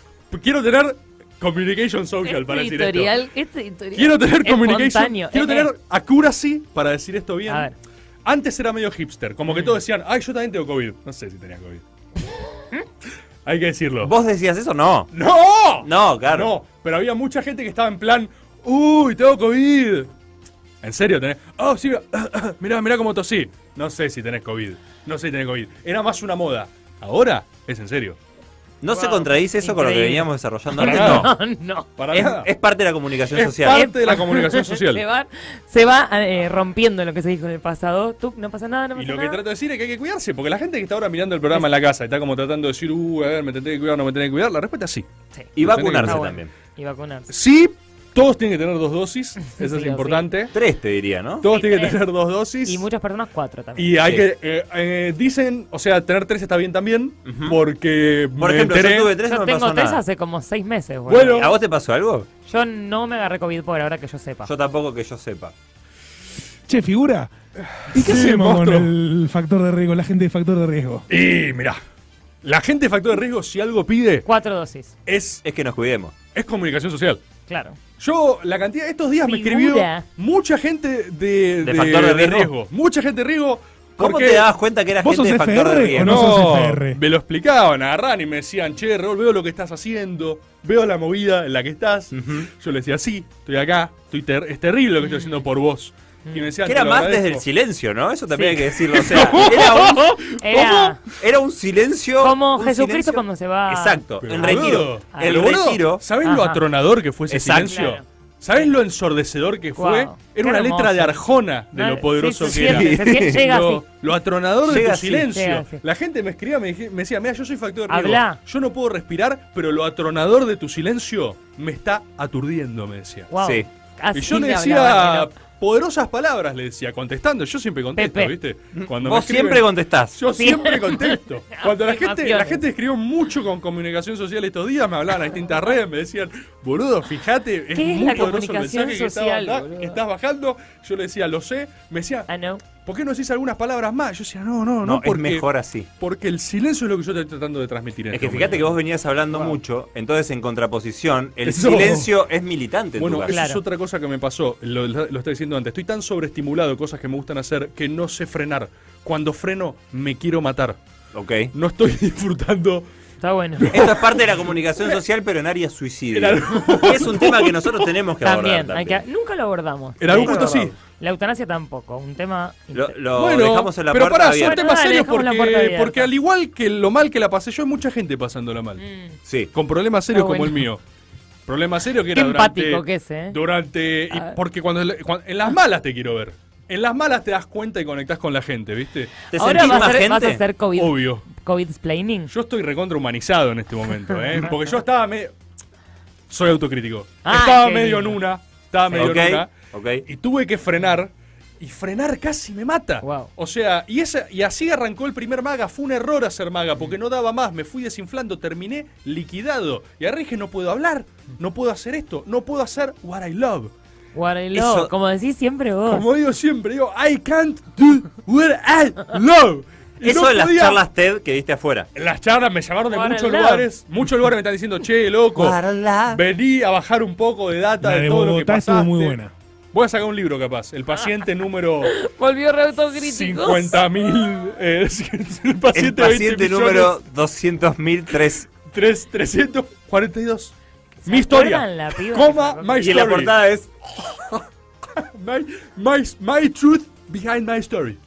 Speaker 2: Quiero tener communication social para
Speaker 7: Este
Speaker 2: decir esto.
Speaker 7: editorial, este editorial.
Speaker 2: Quiero tener communication.
Speaker 7: espontáneo,
Speaker 2: Quiero
Speaker 7: eh,
Speaker 2: tener
Speaker 7: eh.
Speaker 2: accuracy para decir esto bien.
Speaker 7: A ver. Mm.
Speaker 2: Antes era medio hipster, como que todos decían, ay, yo también tengo COVID. No sé si tenía COVID.
Speaker 7: ¿Mm?
Speaker 2: Hay que decirlo.
Speaker 5: ¿Vos decías eso? No.
Speaker 2: ¡No!
Speaker 5: No, claro.
Speaker 2: No, pero había mucha gente que estaba en plan, uy, tengo COVID. En serio, tenés. Oh, sí, mirá, mirá cómo tosí. No sé si tenés COVID. No sé si tenés COVID. Era más una moda. Ahora es en serio.
Speaker 5: ¿No se
Speaker 7: Wow,
Speaker 5: contradice eso con lo que
Speaker 7: increíble.
Speaker 5: veníamos desarrollando
Speaker 2: Para
Speaker 5: antes?
Speaker 2: nada.
Speaker 5: No.
Speaker 7: no.
Speaker 2: Para
Speaker 5: Es,
Speaker 2: nada.
Speaker 5: es parte de la comunicación
Speaker 2: Es
Speaker 5: social.
Speaker 2: parte de la comunicación social.
Speaker 7: se va, se va eh, rompiendo lo que se dijo en el pasado. Tú, no pasa nada, no
Speaker 2: Y
Speaker 7: pasa
Speaker 2: lo que
Speaker 7: nada.
Speaker 2: trato de decir es que hay que cuidarse, porque la gente que está ahora mirando el programa en la casa y está como tratando de decir, uh, a ver, me tendré que cuidar, no me tendré que cuidar, la respuesta es sí.
Speaker 7: Sí.
Speaker 5: Y vacunarse
Speaker 7: Está bueno.
Speaker 5: también.
Speaker 7: Y vacunarse.
Speaker 2: Sí, todos tienen que tener dos
Speaker 7: *laughs*
Speaker 2: dosis, eso
Speaker 7: o
Speaker 2: es
Speaker 7: sí.
Speaker 2: importante.
Speaker 5: Tres, te diría, ¿no?
Speaker 2: Todos
Speaker 7: Sí,
Speaker 2: tienen que
Speaker 7: tres.
Speaker 2: tener dos dosis.
Speaker 7: Y muchas personas cuatro también.
Speaker 2: Y hay
Speaker 5: Sí.
Speaker 2: que. eh, eh, dicen, o sea, tener tres está bien también, porque.
Speaker 5: Por
Speaker 2: me
Speaker 5: ejemplo,
Speaker 2: enteré-
Speaker 5: yo tuve tres, no
Speaker 7: Yo
Speaker 5: me pasó
Speaker 7: tengo tres
Speaker 5: nada.
Speaker 7: hace como seis meses, boludo.
Speaker 2: Bueno.
Speaker 5: ¿A vos te pasó algo?
Speaker 7: Yo no me agarré COVID por ahora que yo sepa.
Speaker 5: Yo tampoco que yo sepa.
Speaker 6: Che, figura. ¿Y qué
Speaker 2: Sí,
Speaker 6: hacemos
Speaker 2: monstruo.
Speaker 6: con el factor de riesgo, la gente de factor de riesgo?
Speaker 2: Y mirá, la gente de factor de riesgo, si algo pide,
Speaker 7: Cuatro dosis,
Speaker 2: es,
Speaker 5: Es que nos cuidemos.
Speaker 2: es comunicación social.
Speaker 7: claro.
Speaker 2: Yo, la cantidad. Estos días me escribió
Speaker 7: Figura.
Speaker 2: mucha gente de.
Speaker 5: ¿De factor de riesgo?
Speaker 2: Mucha gente de riesgo.
Speaker 5: ¿Cómo
Speaker 2: porque-
Speaker 5: te dabas cuenta que era
Speaker 6: ¿Vos
Speaker 5: gente de
Speaker 6: sos
Speaker 5: factor
Speaker 6: FR
Speaker 5: de
Speaker 6: o
Speaker 5: riesgo?
Speaker 6: no?
Speaker 2: No,
Speaker 6: sos FR.
Speaker 2: me lo explicaban, agarran y me decían, che, Raúl, veo lo que estás haciendo, veo la movida en la que estás. Yo les decía, sí, estoy acá, estoy ter- es terrible lo que estoy haciendo por vos. Y me decían,
Speaker 5: Que
Speaker 2: "Te
Speaker 5: era
Speaker 2: lo
Speaker 5: más
Speaker 2: agradezco".
Speaker 5: desde el silencio, ¿no? Eso también
Speaker 7: Sí.
Speaker 5: hay que decirlo.
Speaker 2: *laughs*
Speaker 5: O sea, era un,
Speaker 7: Era
Speaker 5: era un silencio.
Speaker 7: como
Speaker 5: un
Speaker 7: Jesucristo
Speaker 5: silencio-
Speaker 7: cuando se va.
Speaker 5: Exacto,
Speaker 2: Pero,
Speaker 5: en
Speaker 2: boludo,
Speaker 5: retiro.
Speaker 7: Ah.
Speaker 5: El
Speaker 2: pero, boludo,
Speaker 5: retiro.
Speaker 2: ¿Sabés lo
Speaker 7: Ajá.
Speaker 2: atronador que fue ese
Speaker 5: Exacto.
Speaker 2: silencio?
Speaker 7: Claro.
Speaker 2: ¿Sabés lo ensordecedor que fue?
Speaker 7: Guau,
Speaker 2: Era
Speaker 7: qué
Speaker 2: una
Speaker 7: hermoso.
Speaker 2: letra de Arjona de
Speaker 7: No,
Speaker 2: lo poderoso
Speaker 7: sí, se
Speaker 2: que era.
Speaker 7: siente, se siente- llega
Speaker 2: lo,
Speaker 7: así.
Speaker 2: lo atronador de
Speaker 5: Llega
Speaker 2: tu
Speaker 5: así,
Speaker 2: silencio.
Speaker 7: llega así.
Speaker 2: La gente me escribía, me, dije- me decía, mira, yo soy factor de riesgo.
Speaker 7: Habla.
Speaker 2: Yo no puedo respirar, pero lo atronador de tu silencio me está aturdiendo, me decía.
Speaker 7: Wow.
Speaker 5: Sí.
Speaker 7: Así
Speaker 2: y yo le
Speaker 7: me
Speaker 2: decía
Speaker 7: hablaban, pero-
Speaker 2: poderosas palabras, le decía, contestando. Yo siempre contesto,
Speaker 7: Pepe.
Speaker 2: ¿viste? Cuando me
Speaker 5: Vos
Speaker 2: escriben-
Speaker 5: siempre contestás.
Speaker 2: yo siempre
Speaker 7: *laughs*
Speaker 2: contesto. Cuando la gente, la
Speaker 7: Afirmaciones.
Speaker 2: gente escribió mucho con comunicación social estos días, me hablaban a distintas redes, me decían, boludo, fíjate, es
Speaker 7: ¿Qué es
Speaker 2: muy poderoso
Speaker 7: la
Speaker 2: el mensaje que
Speaker 7: comunicación
Speaker 2: estás,
Speaker 7: social,
Speaker 2: banda-
Speaker 7: boludo?
Speaker 2: que estás bajando. Yo le decía, lo sé. Me decía,
Speaker 7: Ah, no.
Speaker 2: ¿por qué no decís algunas palabras más? Yo decía, no, no, no,
Speaker 5: No, es
Speaker 2: porque,
Speaker 5: mejor así.
Speaker 2: porque el silencio es lo que yo estoy tratando de transmitir. en
Speaker 5: Es
Speaker 2: este
Speaker 5: que fíjate que
Speaker 2: momento.
Speaker 5: vos venías hablando mucho, entonces en contraposición, el
Speaker 2: Eso.
Speaker 5: silencio es militante en
Speaker 2: Bueno,
Speaker 5: tu
Speaker 2: eso
Speaker 5: caso.
Speaker 2: es
Speaker 7: Claro.
Speaker 2: otra cosa que me pasó, lo, lo estaba diciendo antes. Estoy tan sobreestimulado, cosas que me gustan hacer, que no sé frenar. Cuando freno, me quiero matar.
Speaker 5: Ok.
Speaker 2: No estoy *laughs* disfrutando.
Speaker 7: Está bueno.
Speaker 5: Esto es parte de
Speaker 2: *laughs*
Speaker 5: la comunicación social, pero en área suicidio. es un tema que nosotros tenemos que
Speaker 7: También,
Speaker 5: abordar.
Speaker 7: hay que- nunca lo abordamos.
Speaker 2: En algún
Speaker 5: Sí,
Speaker 2: punto
Speaker 5: es
Speaker 2: sí.
Speaker 5: verdad.
Speaker 7: La eutanasia tampoco, un tema...
Speaker 5: Lo,
Speaker 7: inter-
Speaker 5: lo
Speaker 2: bueno,
Speaker 5: dejamos en la
Speaker 2: pero
Speaker 5: puerta
Speaker 2: pará, son
Speaker 5: abierta.
Speaker 7: te-
Speaker 2: temas
Speaker 7: Bueno, dale,
Speaker 2: serios
Speaker 7: dejamos la
Speaker 2: porque,
Speaker 7: puerta abierta.
Speaker 2: porque al igual que lo mal que la pasé yo, hay mucha gente pasándola mal.
Speaker 7: Mm.
Speaker 5: Sí.
Speaker 2: Con problemas serios
Speaker 7: Está
Speaker 2: como el
Speaker 7: bueno.
Speaker 2: mío. Problemas serios que
Speaker 7: Qué
Speaker 2: era durante-
Speaker 7: empático que es, ¿eh?
Speaker 2: Durante. y
Speaker 7: Ah.
Speaker 2: porque cuando, cuando- En las malas te quiero ver. En las malas te das cuenta y conectás con la gente, ¿viste?
Speaker 5: ¿Te
Speaker 7: Ahora
Speaker 5: sentís
Speaker 7: vas a,
Speaker 5: más
Speaker 7: ser- vas a
Speaker 5: gente?
Speaker 7: hacer COVID,
Speaker 2: Obvio.
Speaker 7: COVID splaining.
Speaker 2: Yo estoy recontra humanizado en este momento,
Speaker 7: *laughs*
Speaker 2: ¿eh? Porque yo estaba medio. Soy autocrítico.
Speaker 7: Ah,
Speaker 2: estaba
Speaker 7: qué
Speaker 2: medio en
Speaker 7: lindo.
Speaker 2: una. Estaba medio
Speaker 5: Ok,
Speaker 2: en una.
Speaker 5: ok.
Speaker 2: Y tuve que frenar. Y frenar casi me mata.
Speaker 7: Wow.
Speaker 2: O sea, y, esa, y así arrancó el primer maga. Fue un error hacer maga porque no daba más. Me fui desinflando, terminé liquidado. Y ahora dije, no puedo hablar, no puedo hacer esto, no puedo hacer what I love.
Speaker 7: What I
Speaker 5: Eso-
Speaker 7: love, como decís siempre vos.
Speaker 2: Como digo siempre, digo, I can't do what I love. Y
Speaker 5: Eso
Speaker 2: no
Speaker 5: de las
Speaker 2: podía-
Speaker 5: charlas TED que diste afuera.
Speaker 2: en las charlas me llamaron de
Speaker 7: What
Speaker 2: muchos
Speaker 7: a love.
Speaker 2: lugares. Muchos lugares me están diciendo, che, loco, vení a bajar un poco de data
Speaker 6: La
Speaker 2: de,
Speaker 6: de
Speaker 2: todo lo que
Speaker 6: Bogotá estuvo
Speaker 2: pasaste.
Speaker 6: muy buena.
Speaker 2: Voy a sacar un libro capaz. El
Speaker 7: *laughs*
Speaker 2: paciente número
Speaker 7: Volvió re autocrítico.
Speaker 2: 50.000. eh, *laughs* el paciente,
Speaker 5: El paciente
Speaker 2: 20
Speaker 5: número 200.003.
Speaker 2: 342.
Speaker 7: ¿Se
Speaker 2: Mi historia.
Speaker 7: acuerdan la piba que
Speaker 2: Coma,
Speaker 7: sacó?
Speaker 2: my
Speaker 5: Y la
Speaker 2: story.
Speaker 5: portada es.
Speaker 2: My, my, my truth behind my story.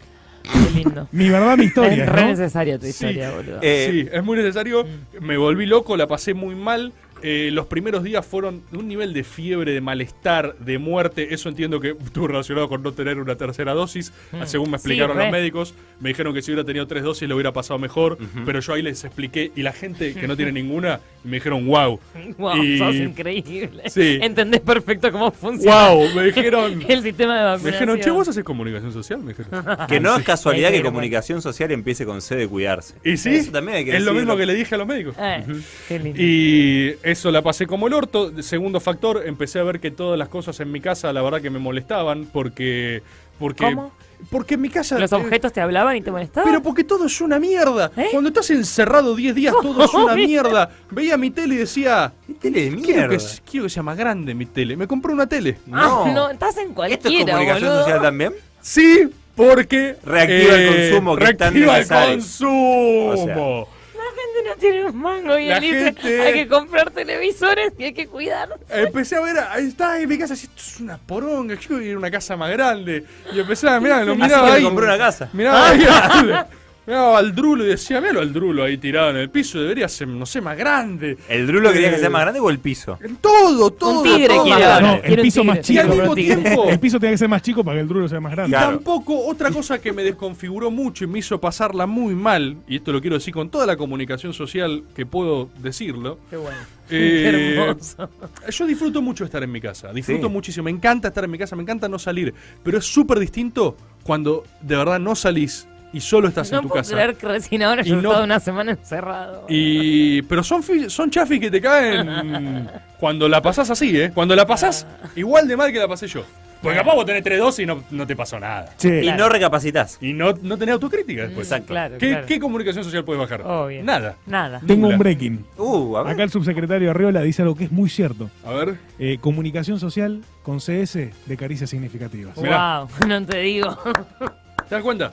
Speaker 7: Qué lindo.
Speaker 6: Mi verdad, mi
Speaker 7: *laughs*
Speaker 6: historia.
Speaker 7: es re
Speaker 6: ¿no?
Speaker 7: necesaria tu
Speaker 2: Sí.
Speaker 7: historia, boludo.
Speaker 5: Eh,
Speaker 2: sí, es muy necesario. Me volví loco, la pasé muy mal. Eh, los primeros días fueron de un nivel de fiebre, de malestar, de muerte. Eso entiendo que estuvo relacionado con no tener una tercera dosis. Ah,
Speaker 7: Mm.
Speaker 2: Según me
Speaker 7: Sí,
Speaker 2: explicaron los
Speaker 7: re.
Speaker 2: médicos, me dijeron que si hubiera tenido tres dosis lo hubiera pasado mejor. Pero yo ahí les expliqué. Y la gente que no
Speaker 7: *laughs*
Speaker 2: tiene ninguna me dijeron, wow.
Speaker 7: wow,
Speaker 2: y-
Speaker 7: sos increíble.
Speaker 2: Sí.
Speaker 7: Entendés perfecto cómo funciona
Speaker 2: Wow, me dijeron.
Speaker 7: *laughs* el sistema de vacunación.
Speaker 2: me dijeron, che, vos haces comunicación social. Me dijeron.
Speaker 7: *laughs*
Speaker 5: Que no es casualidad
Speaker 7: Hay que
Speaker 5: que
Speaker 7: ir, bueno.
Speaker 5: comunicación social empiece con C de cuidarse.
Speaker 2: Y sí,
Speaker 5: Eso también hay que
Speaker 2: es lo
Speaker 5: decirlo.
Speaker 2: mismo que le dije a los médicos.
Speaker 7: Eh, qué lindo.
Speaker 2: Y eso la pasé como el orto. Segundo factor, empecé a ver que todas las cosas en mi casa, la verdad que me molestaban porque... porque
Speaker 7: ¿Cómo?
Speaker 2: Porque en mi casa...
Speaker 7: ¿Los
Speaker 2: eh,
Speaker 7: objetos te hablaban y te molestaban?
Speaker 2: Pero porque todo es una mierda.
Speaker 7: ¿Eh?
Speaker 2: Cuando estás encerrado 10 días, todo es
Speaker 7: *laughs*
Speaker 2: una mierda. Veía mi tele y decía...
Speaker 5: ¿Qué tele de
Speaker 2: Quiero
Speaker 5: mierda?
Speaker 2: que, quiero que sea más grande mi tele. Me compré una tele.
Speaker 7: Ah, no,
Speaker 5: No.
Speaker 7: estás en
Speaker 5: ¿Esto es
Speaker 7: cualquiera,
Speaker 5: comunicación
Speaker 7: boludo.
Speaker 5: social también?
Speaker 2: Sí, porque... eh,
Speaker 5: Reactiva el consumo que es tan
Speaker 2: Reactiva el
Speaker 5: necesario.
Speaker 2: consumo.
Speaker 5: O sea,
Speaker 7: La gente no tiene un mango y
Speaker 2: La
Speaker 7: él dice,
Speaker 2: gente-
Speaker 7: hay que comprar televisores y hay que cuidar.
Speaker 2: Empecé a ver, ahí está en mi casa, así, esto es una poronga, yo quiero ir a una casa más grande. Y empecé a mirar, lo
Speaker 5: Así
Speaker 2: miraba
Speaker 5: que le
Speaker 2: ahí.
Speaker 5: compró una casa. Ah.
Speaker 2: Miraba ahí, al- miraba al drulo y decía, mira al drulo ahí tirado en el piso, debería ser, no sé, más grande.
Speaker 5: ¿El drulo quería que
Speaker 2: Eh,
Speaker 5: sea más grande o el piso?
Speaker 2: En todo, todo.
Speaker 7: un tigre
Speaker 2: todo.
Speaker 7: quiere
Speaker 5: No,
Speaker 7: ahora,
Speaker 6: el
Speaker 7: quiere un
Speaker 6: piso
Speaker 7: tigre.
Speaker 6: más
Speaker 2: Y
Speaker 6: chico,
Speaker 2: al
Speaker 6: *laughs*
Speaker 2: mismo tiempo,
Speaker 6: El piso tiene que ser más chico para que el duro sea más
Speaker 2: y
Speaker 6: grande.
Speaker 5: Claro.
Speaker 2: tampoco otra cosa que me desconfiguró mucho y me hizo pasarla muy mal, y esto lo quiero decir con toda la comunicación social que puedo decirlo,
Speaker 7: Qué bueno.
Speaker 2: Eh,
Speaker 7: Qué hermoso.
Speaker 2: Yo disfruto mucho estar en mi casa, disfruto
Speaker 5: Sí.
Speaker 2: muchísimo, me encanta estar en mi casa, me encanta no salir, pero es súper distinto cuando de verdad no salís y solo estás
Speaker 7: No
Speaker 2: en tu
Speaker 7: puedo
Speaker 2: casa.
Speaker 7: creer que recién ahora
Speaker 2: Y
Speaker 7: yo he
Speaker 2: no-
Speaker 7: estado una semana encerrado.
Speaker 2: Y pero son fi- son chafis que te
Speaker 7: *laughs*
Speaker 2: caen cuando la pasás así, ¿eh? Cuando la pasás
Speaker 7: Ah.
Speaker 2: igual de mal que la pasé yo. Porque capaz vos tenés tres dosis y no, no te pasó nada.
Speaker 6: Che,
Speaker 5: Y no recapacitas.
Speaker 2: Y no, no tenés autocrítica después.
Speaker 5: Exacto.
Speaker 7: Claro,
Speaker 2: ¿Qué,
Speaker 7: Mm. claro.
Speaker 2: qué comunicación social puedes bajar?
Speaker 7: Obvio.
Speaker 2: Nada.
Speaker 7: Nada.
Speaker 6: tengo
Speaker 2: Nula.
Speaker 6: un breaking.
Speaker 5: Uh, a ver.
Speaker 6: Acá el subsecretario Arriola dice algo que es muy cierto.
Speaker 2: A ver.
Speaker 6: Eh, comunicación social con CS de caricias significativas.
Speaker 2: Mirá.
Speaker 7: Wow, *laughs* no te digo.
Speaker 2: ¿Te das cuenta?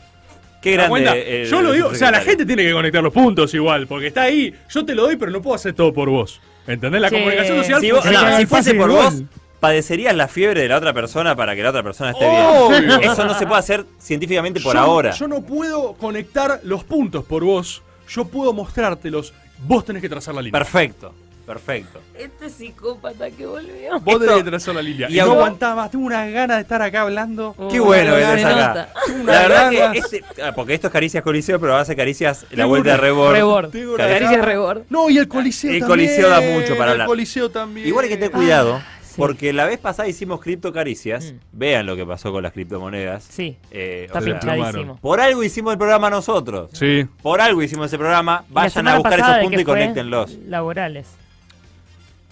Speaker 5: Qué
Speaker 2: ¿Te das
Speaker 5: grande.
Speaker 2: cuenta?
Speaker 5: el
Speaker 2: yo lo digo, o sea, la
Speaker 5: subsecretario.
Speaker 2: gente tiene que conectar los puntos igual, porque está ahí. Yo te lo doy, pero no puedo hacer todo por vos. ¿Entendés? La
Speaker 7: Che.
Speaker 2: comunicación social.
Speaker 5: Si, vos-
Speaker 6: Hay que
Speaker 5: no,
Speaker 6: haga
Speaker 5: si
Speaker 6: el
Speaker 5: fuese
Speaker 6: pase
Speaker 5: por
Speaker 6: del
Speaker 5: vos,
Speaker 6: gol.
Speaker 5: padecerías la fiebre de la otra persona para que la otra persona esté
Speaker 2: Obvio.
Speaker 5: bien. Eso no se puede hacer científicamente por
Speaker 2: yo,
Speaker 5: ahora.
Speaker 2: Yo no puedo conectar los puntos por vos. Yo puedo mostrártelos. Vos tenés que trazar la línea.
Speaker 5: Perfecto, perfecto.
Speaker 7: Este psicópata que volvió.
Speaker 2: Vos
Speaker 5: Esto-
Speaker 2: tenés que trazar la línea.
Speaker 5: y
Speaker 2: Y, no
Speaker 5: ahora-
Speaker 2: aguantaba más. Tengo una gana de estar acá hablando.
Speaker 5: Qué
Speaker 7: Uh,
Speaker 5: bueno que
Speaker 7: se
Speaker 5: estás acá.
Speaker 7: nota.
Speaker 5: La verdad
Speaker 2: ganas.
Speaker 5: que este, ah, porque esto es Caricias Coliseo, pero ahora hace Caricias la
Speaker 2: Tengo
Speaker 5: vuelta de
Speaker 2: una-
Speaker 5: rebord.
Speaker 7: Rebord.
Speaker 2: Tengo una
Speaker 7: Caricia
Speaker 2: gana.
Speaker 7: Rebord.
Speaker 2: No, y el Coliseo
Speaker 5: El
Speaker 2: también.
Speaker 5: Coliseo da mucho para hablar.
Speaker 2: El Coliseo también.
Speaker 5: Igual hay que tener cuidado,
Speaker 7: Ah, sí.
Speaker 5: porque la vez pasada hicimos cripto caricias.
Speaker 7: Mm.
Speaker 5: Vean lo que pasó con las criptomonedas.
Speaker 7: Sí,
Speaker 5: Eh,
Speaker 7: está
Speaker 5: o sea,
Speaker 7: pinchadísimo.
Speaker 5: por algo hicimos el programa nosotros.
Speaker 2: Sí.
Speaker 5: Por algo hicimos ese programa.
Speaker 7: Y la
Speaker 5: Vayan
Speaker 7: semana
Speaker 5: a buscar
Speaker 7: pasada,
Speaker 5: esos
Speaker 7: ¿de
Speaker 5: puntos
Speaker 7: qué
Speaker 5: y
Speaker 7: fue?
Speaker 5: conéctenlos.
Speaker 7: Laborales.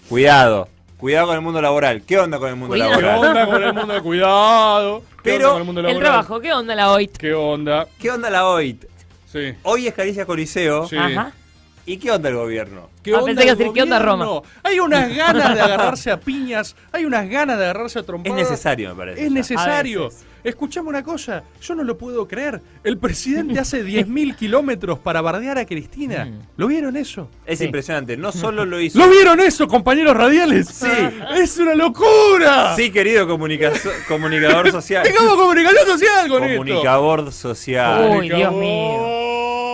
Speaker 5: Cuidado. Cuidado con el mundo laboral. ¿Qué onda con el mundo
Speaker 7: Cuidado.
Speaker 2: ¿Qué
Speaker 5: laboral?
Speaker 2: onda con el mundo? Cuidado. ¿Qué
Speaker 5: Pero
Speaker 2: onda con el, mundo
Speaker 7: El
Speaker 2: laboral?
Speaker 7: trabajo, ¿qué onda la OIT?
Speaker 2: ¿Qué onda?
Speaker 5: ¿Qué onda la OIT?
Speaker 2: Sí.
Speaker 5: Hoy es Caricias Coliseo.
Speaker 2: Sí.
Speaker 7: Ajá.
Speaker 5: ¿Y qué onda el gobierno?
Speaker 2: ¿Qué
Speaker 7: Ah, pensé que
Speaker 2: el
Speaker 7: iba a decir, ¿qué onda
Speaker 2: gobierno?
Speaker 7: Roma?
Speaker 2: Hay unas ganas de agarrarse a piñas, hay unas ganas de agarrarse a
Speaker 5: Es
Speaker 2: trompadas.
Speaker 5: necesario, me parece.
Speaker 2: Es
Speaker 5: ya.
Speaker 2: necesario.
Speaker 7: veces.
Speaker 2: Es Escuchame una cosa, yo no lo puedo creer. El
Speaker 7: *laughs*
Speaker 2: presidente hace 10.000 kilómetros para bardear a Cristina.
Speaker 7: Mm.
Speaker 2: ¿Lo vieron eso?
Speaker 5: Es
Speaker 7: Sí.
Speaker 5: impresionante,
Speaker 7: *laughs*
Speaker 5: no solo lo hizo.
Speaker 2: ¿Lo vieron eso, compañeros radiales?
Speaker 5: Sí.
Speaker 2: ¡Es una locura!
Speaker 5: Sí,
Speaker 2: *laughs*
Speaker 5: querido comunica- comunicador social.
Speaker 2: ¡Tengamos comunicación social con esto!
Speaker 5: comunicador social.
Speaker 7: Uy, Dios mío.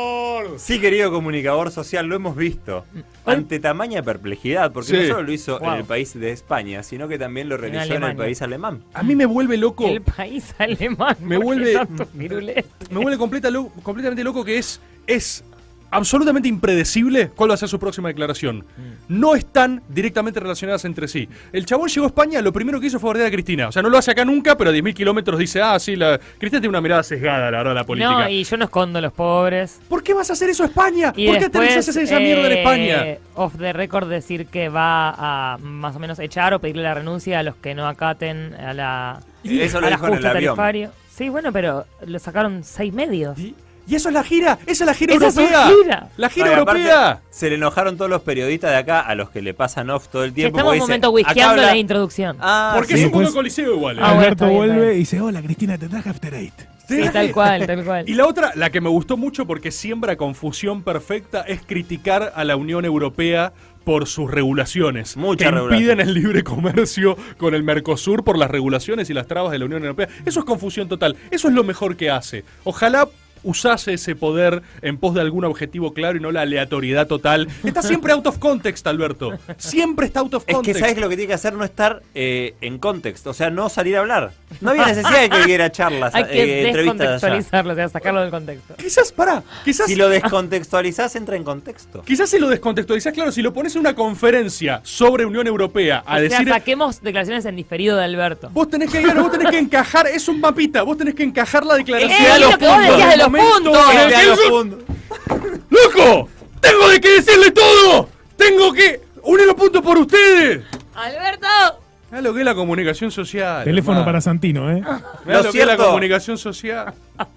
Speaker 5: Sí, querido comunicador social, lo hemos visto. Ante tamaña perplejidad, porque
Speaker 2: Sí.
Speaker 5: no solo lo hizo
Speaker 7: Wow.
Speaker 5: en el país de España, sino que también lo realizó en, el
Speaker 7: Alemania.
Speaker 5: país alemán.
Speaker 2: A mí me vuelve loco.
Speaker 7: El país *laughs* alemán.
Speaker 2: Me
Speaker 7: ¿por qué
Speaker 2: vuelve-
Speaker 7: tanto firulete?
Speaker 2: Me vuelve completa lo- completamente loco que es, es absolutamente impredecible cuál va a ser su próxima declaración.
Speaker 5: Mm.
Speaker 2: No están directamente relacionadas entre sí. El chabón llegó a España, lo primero que hizo fue bardear a Cristina. O sea, no lo hace acá nunca, pero a 10.000 kilómetros dice, ah, sí, la... Cristina tiene una mirada sesgada, la verdad, la política.
Speaker 7: No, y yo no escondo a los pobres.
Speaker 2: ¿Por qué vas a hacer eso a España?
Speaker 7: Y
Speaker 2: ¿Por qué
Speaker 7: después,
Speaker 2: aterrizás a hacer esa mierda en
Speaker 7: eh,
Speaker 2: España?
Speaker 7: Off the record decir que va a más o menos echar o pedirle la renuncia a los que no acaten a la,
Speaker 5: Eso lo
Speaker 7: al
Speaker 5: dijo en el
Speaker 7: ajuste
Speaker 5: avión.
Speaker 7: tarifario. Sí, bueno, pero lo sacaron seis medios.
Speaker 2: Y, y eso es la gira, esa es la gira
Speaker 7: Esa es su
Speaker 2: europea.
Speaker 7: gira.
Speaker 2: La gira
Speaker 5: Porque aparte,
Speaker 2: europea.
Speaker 5: se le enojaron todos los periodistas de acá a los que le pasan off todo el
Speaker 7: Que
Speaker 5: tiempo.
Speaker 7: estamos un
Speaker 5: porque dicen,
Speaker 7: momento
Speaker 5: "Acá
Speaker 7: whiskeando
Speaker 5: habla-
Speaker 7: la introducción.
Speaker 5: Ah,
Speaker 2: Porque
Speaker 5: sí.
Speaker 2: es un
Speaker 6: Pues-
Speaker 2: mundo coliseo igual. ¿eh?
Speaker 7: Ah, bueno,
Speaker 6: Alberto
Speaker 7: está bien, está
Speaker 6: vuelve
Speaker 7: bien.
Speaker 6: y dice, hola Cristina, te traje After Eight.
Speaker 7: Sí, tal cual,
Speaker 5: *laughs*
Speaker 7: tal cual.
Speaker 2: Y la otra, la que me gustó mucho porque siembra confusión perfecta, es criticar a la Unión Europea por sus regulaciones.
Speaker 5: Mucha
Speaker 2: que
Speaker 5: regulación.
Speaker 2: impiden el libre comercio con el Mercosur por las regulaciones y las trabas de la Unión Europea. Eso es confusión total. Eso es lo mejor que hace. Ojalá usase ese poder en pos de algún objetivo claro y no la aleatoriedad total. Está siempre out of context, Alberto. Siempre está out of
Speaker 5: Es que
Speaker 2: context.
Speaker 5: sabes lo que tiene que hacer no estar eh, en contexto, o sea, no salir a hablar. No había necesidad de que
Speaker 7: *laughs*
Speaker 5: hubiera charlas,
Speaker 7: Hay que
Speaker 5: eh, entrevistas allá.
Speaker 7: descontextualizarlo, o sea, sacarlo del contexto.
Speaker 2: Quizás, pará, quizás...
Speaker 5: Si lo descontextualizás, entra en contexto.
Speaker 2: Quizás si lo descontextualizás, claro, si lo pones en una conferencia sobre Unión Europea a
Speaker 7: o
Speaker 2: decir.
Speaker 7: sea, saquemos declaraciones en diferido de Alberto.
Speaker 2: Vos tenés que claro, vos tenés que encajar, es un mapita, vos tenés que encajar la declaración.
Speaker 7: Eh,
Speaker 2: a
Speaker 7: lo que vos
Speaker 2: puntos.
Speaker 7: decías de los
Speaker 2: Momento
Speaker 7: puntos.
Speaker 2: en el que
Speaker 5: Dale a los
Speaker 2: yo-
Speaker 5: puntos.
Speaker 2: ¡Loco! ¡Tengo de qué decirle todo! ¡Tengo que unir los puntos por ustedes!
Speaker 7: ¡Alberto!
Speaker 2: Mirá lo que es la comunicación social.
Speaker 6: Teléfono
Speaker 2: hermano.
Speaker 6: para Santino, ¿eh?
Speaker 2: Mirá
Speaker 5: Lo
Speaker 2: lo que es la
Speaker 5: cierto.
Speaker 2: comunicación social.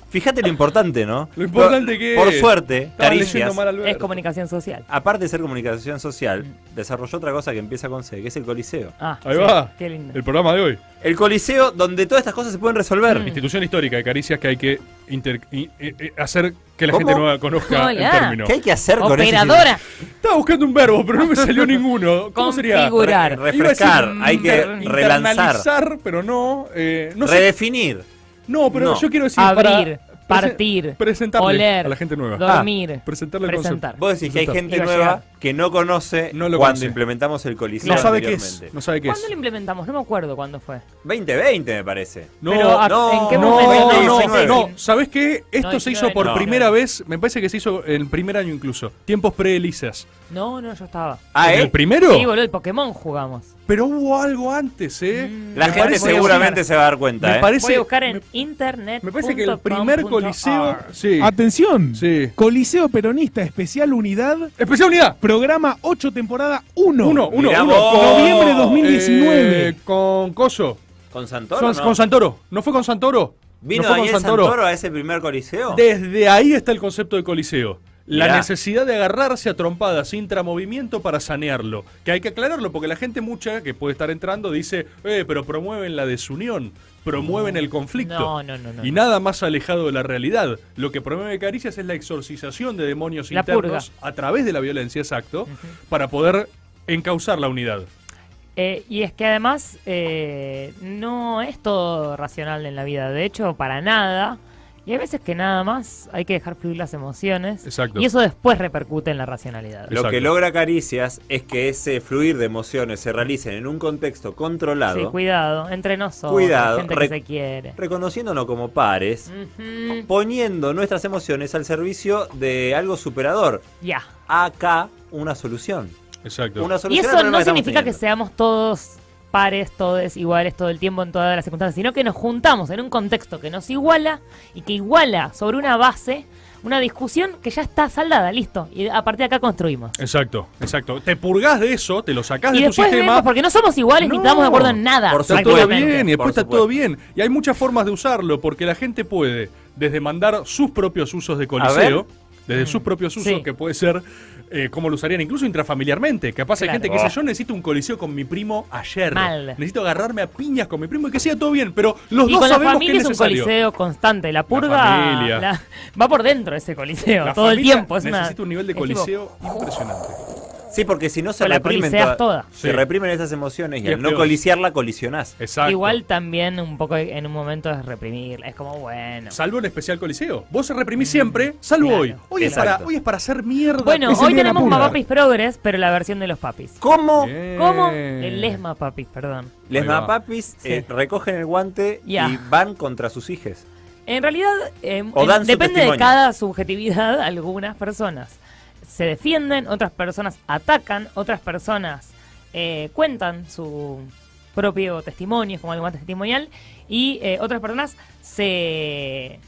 Speaker 5: Fíjate lo importante, ¿no?
Speaker 2: Lo importante que
Speaker 5: Por
Speaker 2: es.
Speaker 5: suerte,
Speaker 2: Estaba leyendo
Speaker 5: Caricias,
Speaker 2: mal, Alberto.
Speaker 7: Es comunicación social.
Speaker 5: aparte de ser comunicación social, desarrolló otra cosa que empieza con C, que es el Coliseo.
Speaker 7: Ah,
Speaker 2: Ahí
Speaker 7: sí,
Speaker 2: va.
Speaker 7: Qué lindo.
Speaker 2: El programa de hoy.
Speaker 5: El Coliseo donde todas estas cosas se pueden resolver.
Speaker 7: Mm.
Speaker 2: Institución histórica de caricias que hay que inter- i- i- i- hacer que la
Speaker 5: ¿Cómo?
Speaker 2: gente nueva conozca
Speaker 7: Hola.
Speaker 2: el término.
Speaker 5: ¿Qué hay que hacer con eso?
Speaker 7: Operadora.
Speaker 2: Estaba busando un verbo, pero no me salió
Speaker 7: *laughs*
Speaker 2: ninguno. ¿Cómo sería?
Speaker 7: Configurar.
Speaker 5: Re- refrescar,
Speaker 2: Iba a decir,
Speaker 5: hay que
Speaker 2: inter-
Speaker 5: relanzar,
Speaker 2: internalizar, pero no. eh, no, sé-
Speaker 5: redefinir.
Speaker 2: no, pero
Speaker 5: no.
Speaker 2: yo quiero decir. para
Speaker 7: Abrir,
Speaker 2: prese-
Speaker 7: partir,
Speaker 2: Presentarle
Speaker 7: oler,
Speaker 2: a la gente nueva. Ah,
Speaker 7: dormir,
Speaker 2: presentarle el
Speaker 7: presentar.
Speaker 5: Vos decís que hay
Speaker 2: Resultado.
Speaker 5: gente
Speaker 7: Iba a
Speaker 5: nueva
Speaker 7: llegar.
Speaker 5: que no conoce
Speaker 2: No lo
Speaker 5: cuando
Speaker 2: conoce.
Speaker 5: implementamos el Coliseo.
Speaker 2: No sabe qué es.
Speaker 5: anteriormente.
Speaker 2: No sabe qué es.
Speaker 7: ¿Cuándo lo implementamos? No me acuerdo cuándo fue.
Speaker 5: 2020 me parece.
Speaker 2: No,
Speaker 7: Pero, ¿a-
Speaker 5: no,
Speaker 7: ¿en qué
Speaker 2: no,
Speaker 7: momento?
Speaker 2: no, no,
Speaker 5: 19.
Speaker 2: no. ¿Sabés qué? Esto se hizo
Speaker 7: 19,
Speaker 2: por
Speaker 5: no.
Speaker 2: primera vez, me parece que se hizo en el primer año incluso. Tiempos pre-Elisas.
Speaker 7: No, no, yo estaba.
Speaker 5: Ah,
Speaker 2: ¿En
Speaker 5: ¿eh?
Speaker 2: el primero?
Speaker 7: Sí, boludo, el Pokémon jugamos.
Speaker 2: pero hubo algo antes, ¿eh?
Speaker 7: Mm.
Speaker 5: La
Speaker 2: Me
Speaker 5: gente
Speaker 2: parece-
Speaker 5: seguramente se va a dar cuenta,
Speaker 2: Me
Speaker 5: ¿eh?
Speaker 2: parece,
Speaker 7: Voy a buscar en
Speaker 2: me-
Speaker 7: internet.
Speaker 2: me parece que el primer coliseo. Sí.
Speaker 6: Atención.
Speaker 2: Sí.
Speaker 6: Coliseo Peronista Especial Unidad,
Speaker 2: Especial unidad.
Speaker 6: programa 8, temporada 1.
Speaker 2: Uno, uno,
Speaker 5: Mirá
Speaker 2: uno.
Speaker 5: vos.
Speaker 6: Noviembre 2019.
Speaker 2: Eh, con Coso.
Speaker 5: ¿Con Santoro?
Speaker 2: Son-
Speaker 5: no?
Speaker 2: Con Santoro. ¿No fue con Santoro?
Speaker 5: ¿Vino
Speaker 2: no fue
Speaker 5: Daniel Santoro. a ese primer Coliseo?
Speaker 2: Desde ahí está el concepto de coliseo. La
Speaker 5: Mirá.
Speaker 2: necesidad de agarrarse a trompadas sin tramovimiento para sanearlo. Que hay que aclararlo, porque la gente mucha que puede estar entrando dice, eh, pero promueven la desunión, promueven el conflicto.
Speaker 7: No, no, no, no.
Speaker 2: Y nada más alejado de la realidad. Lo que promueve Caricias es la exorcización de demonios
Speaker 7: La
Speaker 2: internos a través de la violencia, exacto, para poder encauzar la unidad.
Speaker 7: Eh, y es que además eh, no es todo racional en la vida, de hecho, para nada. Y hay veces que nada más hay que dejar fluir las emociones.
Speaker 2: Exacto.
Speaker 7: Y eso después repercute en la racionalidad.
Speaker 2: Lo-
Speaker 5: Lo que
Speaker 2: Exacto.
Speaker 5: logra Caricias es que ese fluir de emociones se realicen en un contexto
Speaker 7: Sí,
Speaker 5: controlado,
Speaker 7: cuidado, entre nosotros,
Speaker 5: Cuidado,
Speaker 7: gente
Speaker 5: re-
Speaker 7: que se quiere. Mm,
Speaker 5: reconociéndonos como pares,
Speaker 7: Ujú,
Speaker 5: poniendo nuestras emociones al servicio de algo superador.
Speaker 7: Ya.
Speaker 5: Acá una solución.
Speaker 2: Exacto.
Speaker 5: Una
Speaker 7: Y
Speaker 5: solución al
Speaker 7: eso
Speaker 5: problema
Speaker 7: no
Speaker 5: estamos
Speaker 7: significa que
Speaker 5: teniendo.
Speaker 7: seamos todos pares, todos iguales todo el tiempo en todas las circunstancias, sino que nos juntamos en un contexto que nos iguala y que iguala sobre una base una discusión que ya está saldada, listo. Y a partir de acá construimos.
Speaker 2: Exacto, exacto. Te purgás de eso, te lo sacás
Speaker 7: Y
Speaker 2: de tu
Speaker 7: después
Speaker 2: sistema.
Speaker 7: vemos, porque no somos iguales ni
Speaker 2: No,
Speaker 7: estamos de acuerdo en nada.
Speaker 5: por
Speaker 2: Está todo
Speaker 7: prácticamente.
Speaker 2: bien, y
Speaker 5: Por
Speaker 2: después está
Speaker 5: supuesto.
Speaker 2: todo bien. Y hay muchas formas de usarlo, porque la gente puede desde mandar sus propios usos de coliseo, desde sus propios usos,
Speaker 7: Mm. Sí.
Speaker 2: que puede ser eh, cómo lo usarían, incluso intrafamiliarmente. Capaz hay
Speaker 7: Claro.
Speaker 2: gente que
Speaker 5: Oh.
Speaker 2: dice, yo necesito un coliseo con mi primo ayer.
Speaker 7: Mal.
Speaker 2: Necesito agarrarme a piñas con mi primo y que sea todo bien, pero los
Speaker 7: y
Speaker 2: dos
Speaker 7: con la
Speaker 2: sabemos que
Speaker 7: familia
Speaker 2: es
Speaker 7: es un
Speaker 2: necesario.
Speaker 7: coliseo constante. La purga
Speaker 2: familia.
Speaker 7: la- va por dentro ese coliseo,
Speaker 2: La
Speaker 7: todo el
Speaker 2: familia
Speaker 7: tiempo. Es una,
Speaker 2: necesita un nivel de
Speaker 7: es tipo,
Speaker 2: coliseo impresionante.
Speaker 5: Sí, porque si no se
Speaker 7: Con la
Speaker 5: reprimen
Speaker 7: coliseas
Speaker 5: toda-
Speaker 7: toda.
Speaker 5: Se
Speaker 2: Sí.
Speaker 5: reprimen esas emociones y
Speaker 2: Y es
Speaker 5: al no
Speaker 2: peor.
Speaker 5: colisearla, colisionás.
Speaker 2: Exacto.
Speaker 7: Igual también un poco en un momento es reprimirla. Es como, bueno.
Speaker 2: Salvo en especial coliseo. Vos reprimís siempre, salvo
Speaker 7: Claro.
Speaker 2: hoy. Hoy es,
Speaker 5: Exacto.
Speaker 2: para, hoy es para hacer mierda.
Speaker 7: Bueno,
Speaker 2: Ese
Speaker 7: hoy
Speaker 2: día era
Speaker 7: tenemos
Speaker 2: pura.
Speaker 7: Mapapis Progress, pero la versión de los papis.
Speaker 5: ¿Cómo?
Speaker 2: Bien.
Speaker 7: ¿Cómo? El Lesma Papis, perdón.
Speaker 5: Les
Speaker 2: Ahí va.
Speaker 5: mapapis
Speaker 7: Sí.
Speaker 5: eh, recogen el guante
Speaker 7: Ya.
Speaker 5: y van contra sus hijes.
Speaker 7: En realidad, eh,
Speaker 5: O
Speaker 7: en-
Speaker 5: dan su
Speaker 7: depende de
Speaker 5: testimonio.
Speaker 7: cada subjetividad, *laughs* algunas personas se defienden, otras personas atacan, otras personas eh, cuentan su propio testimonio, es como algo más testimonial, y eh, otras personas se...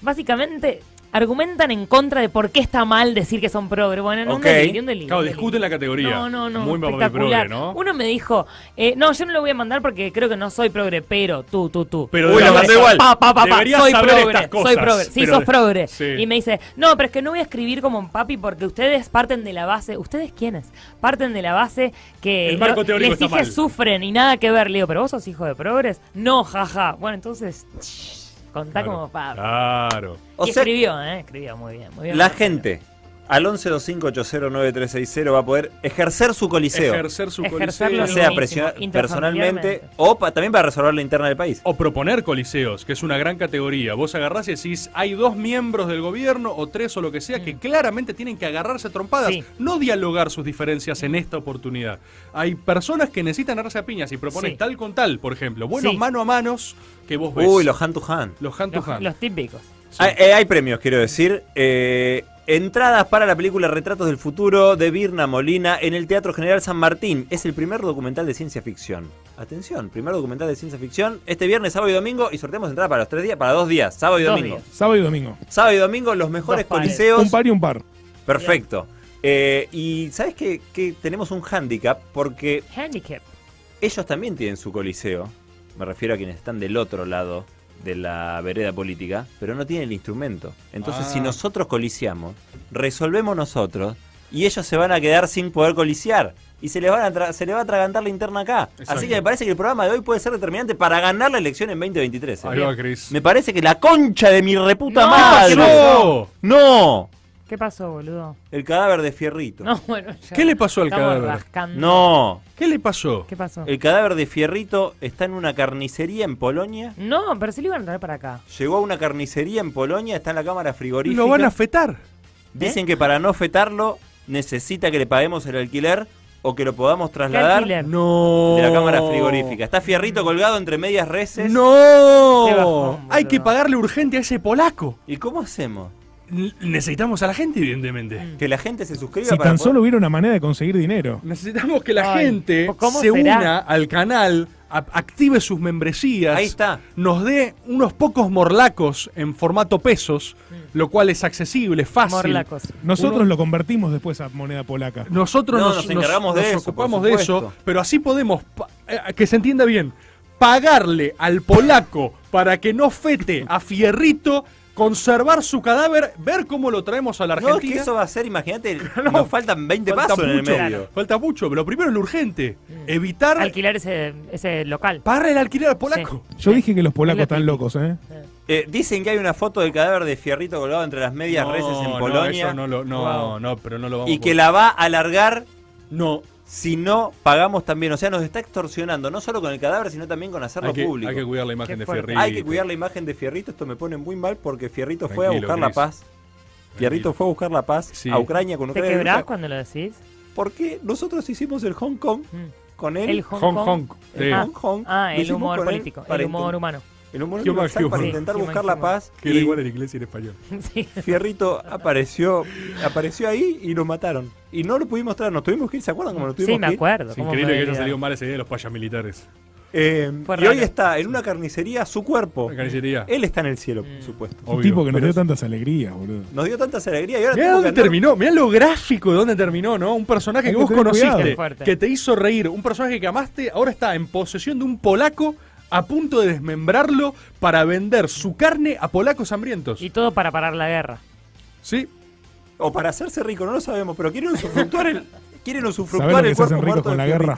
Speaker 7: básicamente argumentan en contra de por qué está mal decir que son progre. Bueno, no,
Speaker 5: Ok.
Speaker 7: un delirio, un delirio,
Speaker 2: Claro,
Speaker 7: un delirio.
Speaker 2: discuten la categoría.
Speaker 7: No, no, no.
Speaker 2: Muy Mapapis
Speaker 7: espectacular.
Speaker 2: progre, ¿no?
Speaker 7: Uno me dijo, eh, no, yo no lo voy a mandar porque creo que no soy progre, pero tú, tú, tú.
Speaker 2: Pero
Speaker 7: Tú
Speaker 2: de la
Speaker 7: progre.
Speaker 2: mandé igual.
Speaker 7: Pa, pa, pa, pa,
Speaker 2: Deberías
Speaker 7: soy
Speaker 2: saber
Speaker 7: progre,
Speaker 2: estas cosas,
Speaker 7: soy progre. Sí,
Speaker 2: pero-
Speaker 7: sos progre.
Speaker 2: Sí.
Speaker 7: Y me dice, no, pero es que no voy a escribir como un papi porque ustedes parten de la base, ¿ustedes quiénes? Parten de la base que
Speaker 2: El marco
Speaker 7: lo-
Speaker 2: teórico
Speaker 7: les
Speaker 2: está
Speaker 7: dije
Speaker 2: mal.
Speaker 7: sufren y nada que ver. Le digo, pero vos sos hijo de progres. No, jaja. Bueno, entonces, shh, contá como papi.
Speaker 2: Ah. Claro.
Speaker 5: O
Speaker 7: Y
Speaker 5: sea-
Speaker 7: escribió, ¿eh? Escribió muy bien, muy bien.
Speaker 5: La gente al 1125809360 va a poder ejercer su coliseo.
Speaker 2: Ejercer su
Speaker 7: Ejercerlo
Speaker 5: o
Speaker 2: coliseo.
Speaker 5: sea,
Speaker 7: Buenísimo,
Speaker 5: presionar personalmente
Speaker 7: interfamiliarmente.
Speaker 5: o pa- también para resolver la interna del país.
Speaker 2: O proponer coliseos, que es una gran categoría. Vos agarrás y decís, hay dos miembros del gobierno, o tres, o lo que sea, que claramente tienen que agarrarse a trompadas,
Speaker 7: Mm. Sí.
Speaker 2: no dialogar sus diferencias en esta oportunidad. Hay personas que necesitan agarrarse a piñas y propones
Speaker 7: Sí.
Speaker 2: tal con tal, por ejemplo. Buenos
Speaker 7: Sí.
Speaker 2: mano a manos que vos ves.
Speaker 5: Uy, los hand to hand.
Speaker 2: Los hand to
Speaker 7: Los,
Speaker 2: hand.
Speaker 7: los típicos.
Speaker 2: pues, Sí.
Speaker 5: Hay, eh, hay premios, quiero decir. Eh, entradas para la película Retratos del Futuro de Birna Molina en el Teatro General San Martín. Es el primer documental de ciencia ficción. Atención, primer documental de ciencia ficción. Este viernes, sábado y domingo. Y sorteamos entradas para los tres días, para dos días, sábado y
Speaker 7: Dos
Speaker 5: domingo.
Speaker 7: días.
Speaker 6: Sábado y domingo.
Speaker 5: Sábado y domingo, los mejores
Speaker 7: Dos pares.
Speaker 5: coliseos.
Speaker 6: Un par y un par.
Speaker 5: Perfecto. Eh, y sabes que, tenemos un hándicap porque
Speaker 7: Handicap.
Speaker 5: ellos también tienen su coliseo. Me refiero a quienes están del otro lado de la vereda política, pero no tienen el instrumento. Entonces,
Speaker 2: Ah.
Speaker 5: si nosotros coliseamos, resolvemos nosotros y ellos se van a quedar sin poder colisear. Y se les, van a tra- se les va a atragantar la interna acá.
Speaker 2: Exacto.
Speaker 5: Así que me parece que el programa de hoy puede ser determinante para ganar la elección en 2023. ¿eh?
Speaker 2: Ahí va, Cris.
Speaker 5: Me parece que la concha de mi reputa
Speaker 7: No,
Speaker 5: madre.
Speaker 7: ¿qué pasó?
Speaker 5: ¡No!
Speaker 7: ¿Qué pasó, boludo?
Speaker 5: El cadáver de Fierrito.
Speaker 7: No, bueno, ya.
Speaker 2: ¿Qué le pasó al
Speaker 7: Estamos
Speaker 2: cadáver?
Speaker 7: rascando.
Speaker 5: No, Eh,
Speaker 2: ¿Qué le pasó?
Speaker 7: ¿Qué pasó?
Speaker 5: el cadáver de Fierrito está en una carnicería en Polonia.
Speaker 7: No, pero sí lo iban a traer para acá.
Speaker 5: Llegó a una carnicería en Polonia, está en la cámara frigorífica.
Speaker 2: Lo van a ¿Eh? fetar.
Speaker 5: Dicen que para no fetarlo necesita que le paguemos el alquiler o que lo podamos
Speaker 7: ¿Qué
Speaker 5: trasladar de
Speaker 7: alquiler?
Speaker 2: No. Mm.
Speaker 5: la cámara frigorífica. Está Fierrito colgado entre medias reses.
Speaker 7: Qué
Speaker 2: No.
Speaker 7: bajón,
Speaker 2: Hay que
Speaker 7: boludo.
Speaker 2: pagarle urgente a ese polaco.
Speaker 5: ¿Y cómo hacemos?
Speaker 2: N- Necesitamos a la gente, evidentemente.
Speaker 5: Que la gente se suscriba
Speaker 6: Si
Speaker 5: para
Speaker 6: tan
Speaker 5: poder-
Speaker 6: solo hubiera una manera de conseguir dinero.
Speaker 2: Necesitamos que la
Speaker 7: Ay,
Speaker 2: gente
Speaker 7: ¿cómo
Speaker 2: se
Speaker 7: será?
Speaker 2: una al canal, a- active sus membresías.
Speaker 5: Ahí está.
Speaker 2: Nos dé unos pocos morlacos en formato pesos, lo cual es accesible, es fácil.
Speaker 7: Morlacos.
Speaker 6: Nosotros
Speaker 2: Uno-
Speaker 6: lo convertimos después a moneda polaca.
Speaker 2: Nosotros
Speaker 5: No,
Speaker 2: nos,
Speaker 5: nos encargamos de
Speaker 2: nos
Speaker 5: eso,
Speaker 2: ocupamos
Speaker 5: por
Speaker 2: de eso,
Speaker 5: supuesto.
Speaker 2: pero así podemos, pa- eh, que se entienda bien, pagarle al polaco para que no fete a Fierrito, conservar su cadáver, ver cómo lo traemos a la
Speaker 5: No,
Speaker 2: Argentina.
Speaker 5: es que eso va a ser,
Speaker 2: *laughs*
Speaker 5: imagínate,
Speaker 2: Claro.
Speaker 5: nos faltan 20
Speaker 2: falta
Speaker 5: pasos
Speaker 2: mucho,
Speaker 5: en el medio.
Speaker 2: falta mucho, pero lo primero es lo urgente, evitar
Speaker 7: Alquilar ese, ese local.
Speaker 2: pagarle el alquiler al polaco.
Speaker 6: Yo dije que los polacos
Speaker 7: Hola,
Speaker 6: están
Speaker 7: Titi.
Speaker 6: locos, ¿eh?
Speaker 5: Eh, dicen que hay una foto del cadáver de Fierrito colgado entre las medias reses en Polonia.
Speaker 2: No, eso no, lo- no,
Speaker 7: Wow.
Speaker 2: no, pero no lo vamos
Speaker 5: y
Speaker 2: a
Speaker 5: que
Speaker 2: poder.
Speaker 5: la va a alargar
Speaker 2: No,
Speaker 5: si no pagamos también. O sea, nos está extorsionando, no solo con el cadáver, sino también con hacerlo
Speaker 2: hay que,
Speaker 5: público.
Speaker 2: hay que cuidar la imagen
Speaker 7: Qué
Speaker 2: de
Speaker 7: fuerte.
Speaker 2: Fierrito.
Speaker 5: Hay que cuidar la imagen de Fierrito. Esto me pone muy mal porque Fierrito fue a
Speaker 2: Tranquilo,
Speaker 5: buscar la
Speaker 2: Cris.
Speaker 5: paz.
Speaker 2: Tranquilo.
Speaker 5: Fierrito fue a buscar la paz
Speaker 2: Sí.
Speaker 5: a Ucrania con
Speaker 7: ¿Te
Speaker 5: ustedes.
Speaker 7: quebrás cuando lo decís?
Speaker 5: Porque nosotros hicimos el Hong Kong
Speaker 7: Mm.
Speaker 5: con él.
Speaker 7: El Hong,
Speaker 2: Hong
Speaker 7: Kong.
Speaker 2: Hong.
Speaker 5: El
Speaker 2: sí.
Speaker 7: Ah,
Speaker 5: Hong Kong,
Speaker 7: Ah,
Speaker 5: lo
Speaker 7: el
Speaker 5: hicimos
Speaker 7: humor
Speaker 5: con él
Speaker 7: político,
Speaker 5: para
Speaker 7: el humor
Speaker 5: inten-
Speaker 7: humano. *laughs*
Speaker 5: El humor
Speaker 2: Human,
Speaker 5: universal para
Speaker 2: human.
Speaker 5: intentar
Speaker 7: Sí,
Speaker 5: buscar
Speaker 7: human,
Speaker 5: la
Speaker 7: human.
Speaker 5: paz.
Speaker 2: Que era
Speaker 5: y-
Speaker 2: igual en inglés y en español.
Speaker 7: Sí.
Speaker 5: Fierrito apareció, apareció ahí y nos mataron. Y no lo pudimos traer, nos tuvimos que ir, ¿se acuerdan cómo nos tuvimos
Speaker 7: Sí, me
Speaker 5: que ir?
Speaker 7: acuerdo.
Speaker 2: Es
Speaker 7: ¿cómo
Speaker 2: increíble
Speaker 7: me
Speaker 2: que haya
Speaker 7: olvidaba?
Speaker 2: salido mal esa idea de los payas militares.
Speaker 5: Eh,
Speaker 7: Fue
Speaker 5: y hoy
Speaker 7: raro.
Speaker 5: está en una carnicería su cuerpo.
Speaker 2: Una carnicería.
Speaker 5: Él está en el cielo, por
Speaker 7: Mm.
Speaker 5: supuesto.
Speaker 2: Obvio.
Speaker 6: Un tipo que nos
Speaker 5: pero
Speaker 6: dio
Speaker 5: es-
Speaker 6: tantas alegrías, boludo.
Speaker 5: Nos dio tantas alegrías y ahora
Speaker 2: Mirá
Speaker 5: tenemos que
Speaker 2: dónde
Speaker 5: andar-
Speaker 2: terminó, mirá lo gráfico de dónde terminó, ¿no? Un personaje
Speaker 6: Hay
Speaker 2: que
Speaker 6: que
Speaker 2: vos
Speaker 6: tener cuidado.
Speaker 2: conociste,
Speaker 7: Qué fuerte.
Speaker 2: que te hizo reír, un personaje que amaste, ahora está en posesión de un polaco a punto de desmembrarlo para vender su carne a polacos hambrientos.
Speaker 7: Y todo para parar la guerra.
Speaker 2: ¿Sí?
Speaker 5: o para hacerse rico, no lo sabemos, pero quieren usufructuar el,
Speaker 6: ¿Sabés
Speaker 5: quieren
Speaker 6: lo
Speaker 5: usufructuar
Speaker 6: que
Speaker 5: el
Speaker 6: se hacen
Speaker 5: cuerpo
Speaker 6: ricos
Speaker 5: muerto
Speaker 6: con
Speaker 5: de
Speaker 6: la guerra?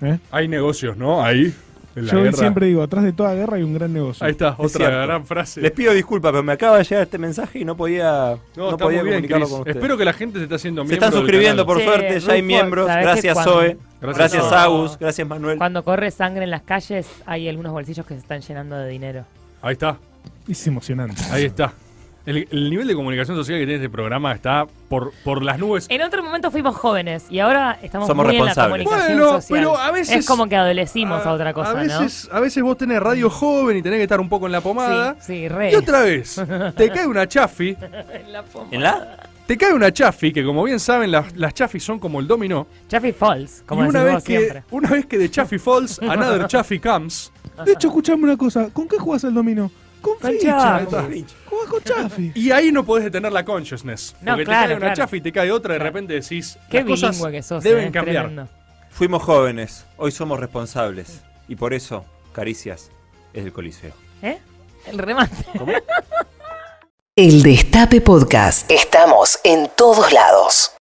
Speaker 5: Fiorito.
Speaker 2: Hay negocios, ¿no? Ahí. En la
Speaker 6: ¿Eh? Yo
Speaker 2: guerra.
Speaker 6: siempre digo, atrás de toda guerra hay un gran negocio.
Speaker 2: Ahí está, otra
Speaker 5: cierto.
Speaker 2: gran frase.
Speaker 5: Les pido disculpas, pero me acaba de llegar este mensaje y no podía,
Speaker 2: no,
Speaker 5: no,
Speaker 2: está
Speaker 5: podía
Speaker 2: muy bien,
Speaker 5: comunicarlo
Speaker 2: Cris.
Speaker 5: con ustedes.
Speaker 2: Espero que la gente se está haciendo
Speaker 5: Se
Speaker 2: miembro
Speaker 5: están
Speaker 2: del canal.
Speaker 5: suscribiendo, por
Speaker 7: Sí,
Speaker 5: suerte, ya hay
Speaker 7: Rufo,
Speaker 5: miembros.
Speaker 7: ¿sabés
Speaker 5: Gracias,
Speaker 7: que cuando-
Speaker 5: Zoe.
Speaker 2: Gracias,
Speaker 5: Gracias,
Speaker 7: Zoe.
Speaker 5: Agus. Gracias, Manuel.
Speaker 7: Cuando corre sangre en las calles, hay algunos bolsillos que se están llenando de dinero.
Speaker 2: Ahí está,
Speaker 6: Es emocionante.
Speaker 2: ahí está. El, el nivel de comunicación social que tiene este programa está por, por las nubes.
Speaker 7: En otro momento fuimos jóvenes y ahora estamos
Speaker 5: Somos
Speaker 7: muy en la
Speaker 5: responsables.
Speaker 7: comunicación
Speaker 2: Bueno,
Speaker 7: social.
Speaker 2: pero a veces-
Speaker 7: es como que adolecimos a, otra cosa,
Speaker 2: a veces, a veces vos tenés radio joven y tenés que estar un poco en la pomada.
Speaker 7: ¿no? Sí, sí, re.
Speaker 2: Y otra vez, te cae una chafi,
Speaker 7: La poma.
Speaker 5: ¿En la?
Speaker 2: te cae una chafi, que como bien saben, las, las chafis son como el dominó.
Speaker 7: Chaffee Falls, como
Speaker 2: y una vez,
Speaker 7: decimos
Speaker 2: que,
Speaker 7: siempre.
Speaker 2: una vez que de chafi falls,
Speaker 7: *laughs*
Speaker 2: another chafi comes.
Speaker 6: De hecho, escuchame una cosa. ¿Con qué jugás al dominó? Con
Speaker 7: Con
Speaker 6: ficha.
Speaker 7: Chafi.
Speaker 6: Jugás con Chafi.
Speaker 2: Y ahí no podés detener la consciousness.
Speaker 7: No,
Speaker 2: porque
Speaker 7: claro,
Speaker 2: te cae una
Speaker 7: claro.
Speaker 2: chafi y te cae otra, de
Speaker 7: Claro.
Speaker 2: repente decís,
Speaker 7: Qué
Speaker 2: las cosas
Speaker 7: bilingüe que sos.
Speaker 2: deben
Speaker 7: eh,
Speaker 2: cambiar.
Speaker 7: tremendo.
Speaker 5: Fuimos jóvenes, hoy somos responsables. Y por eso, Caricias es el Coliseo.
Speaker 7: ¿Eh? El remate.
Speaker 1: El Destape Podcast. Estamos en todos lados.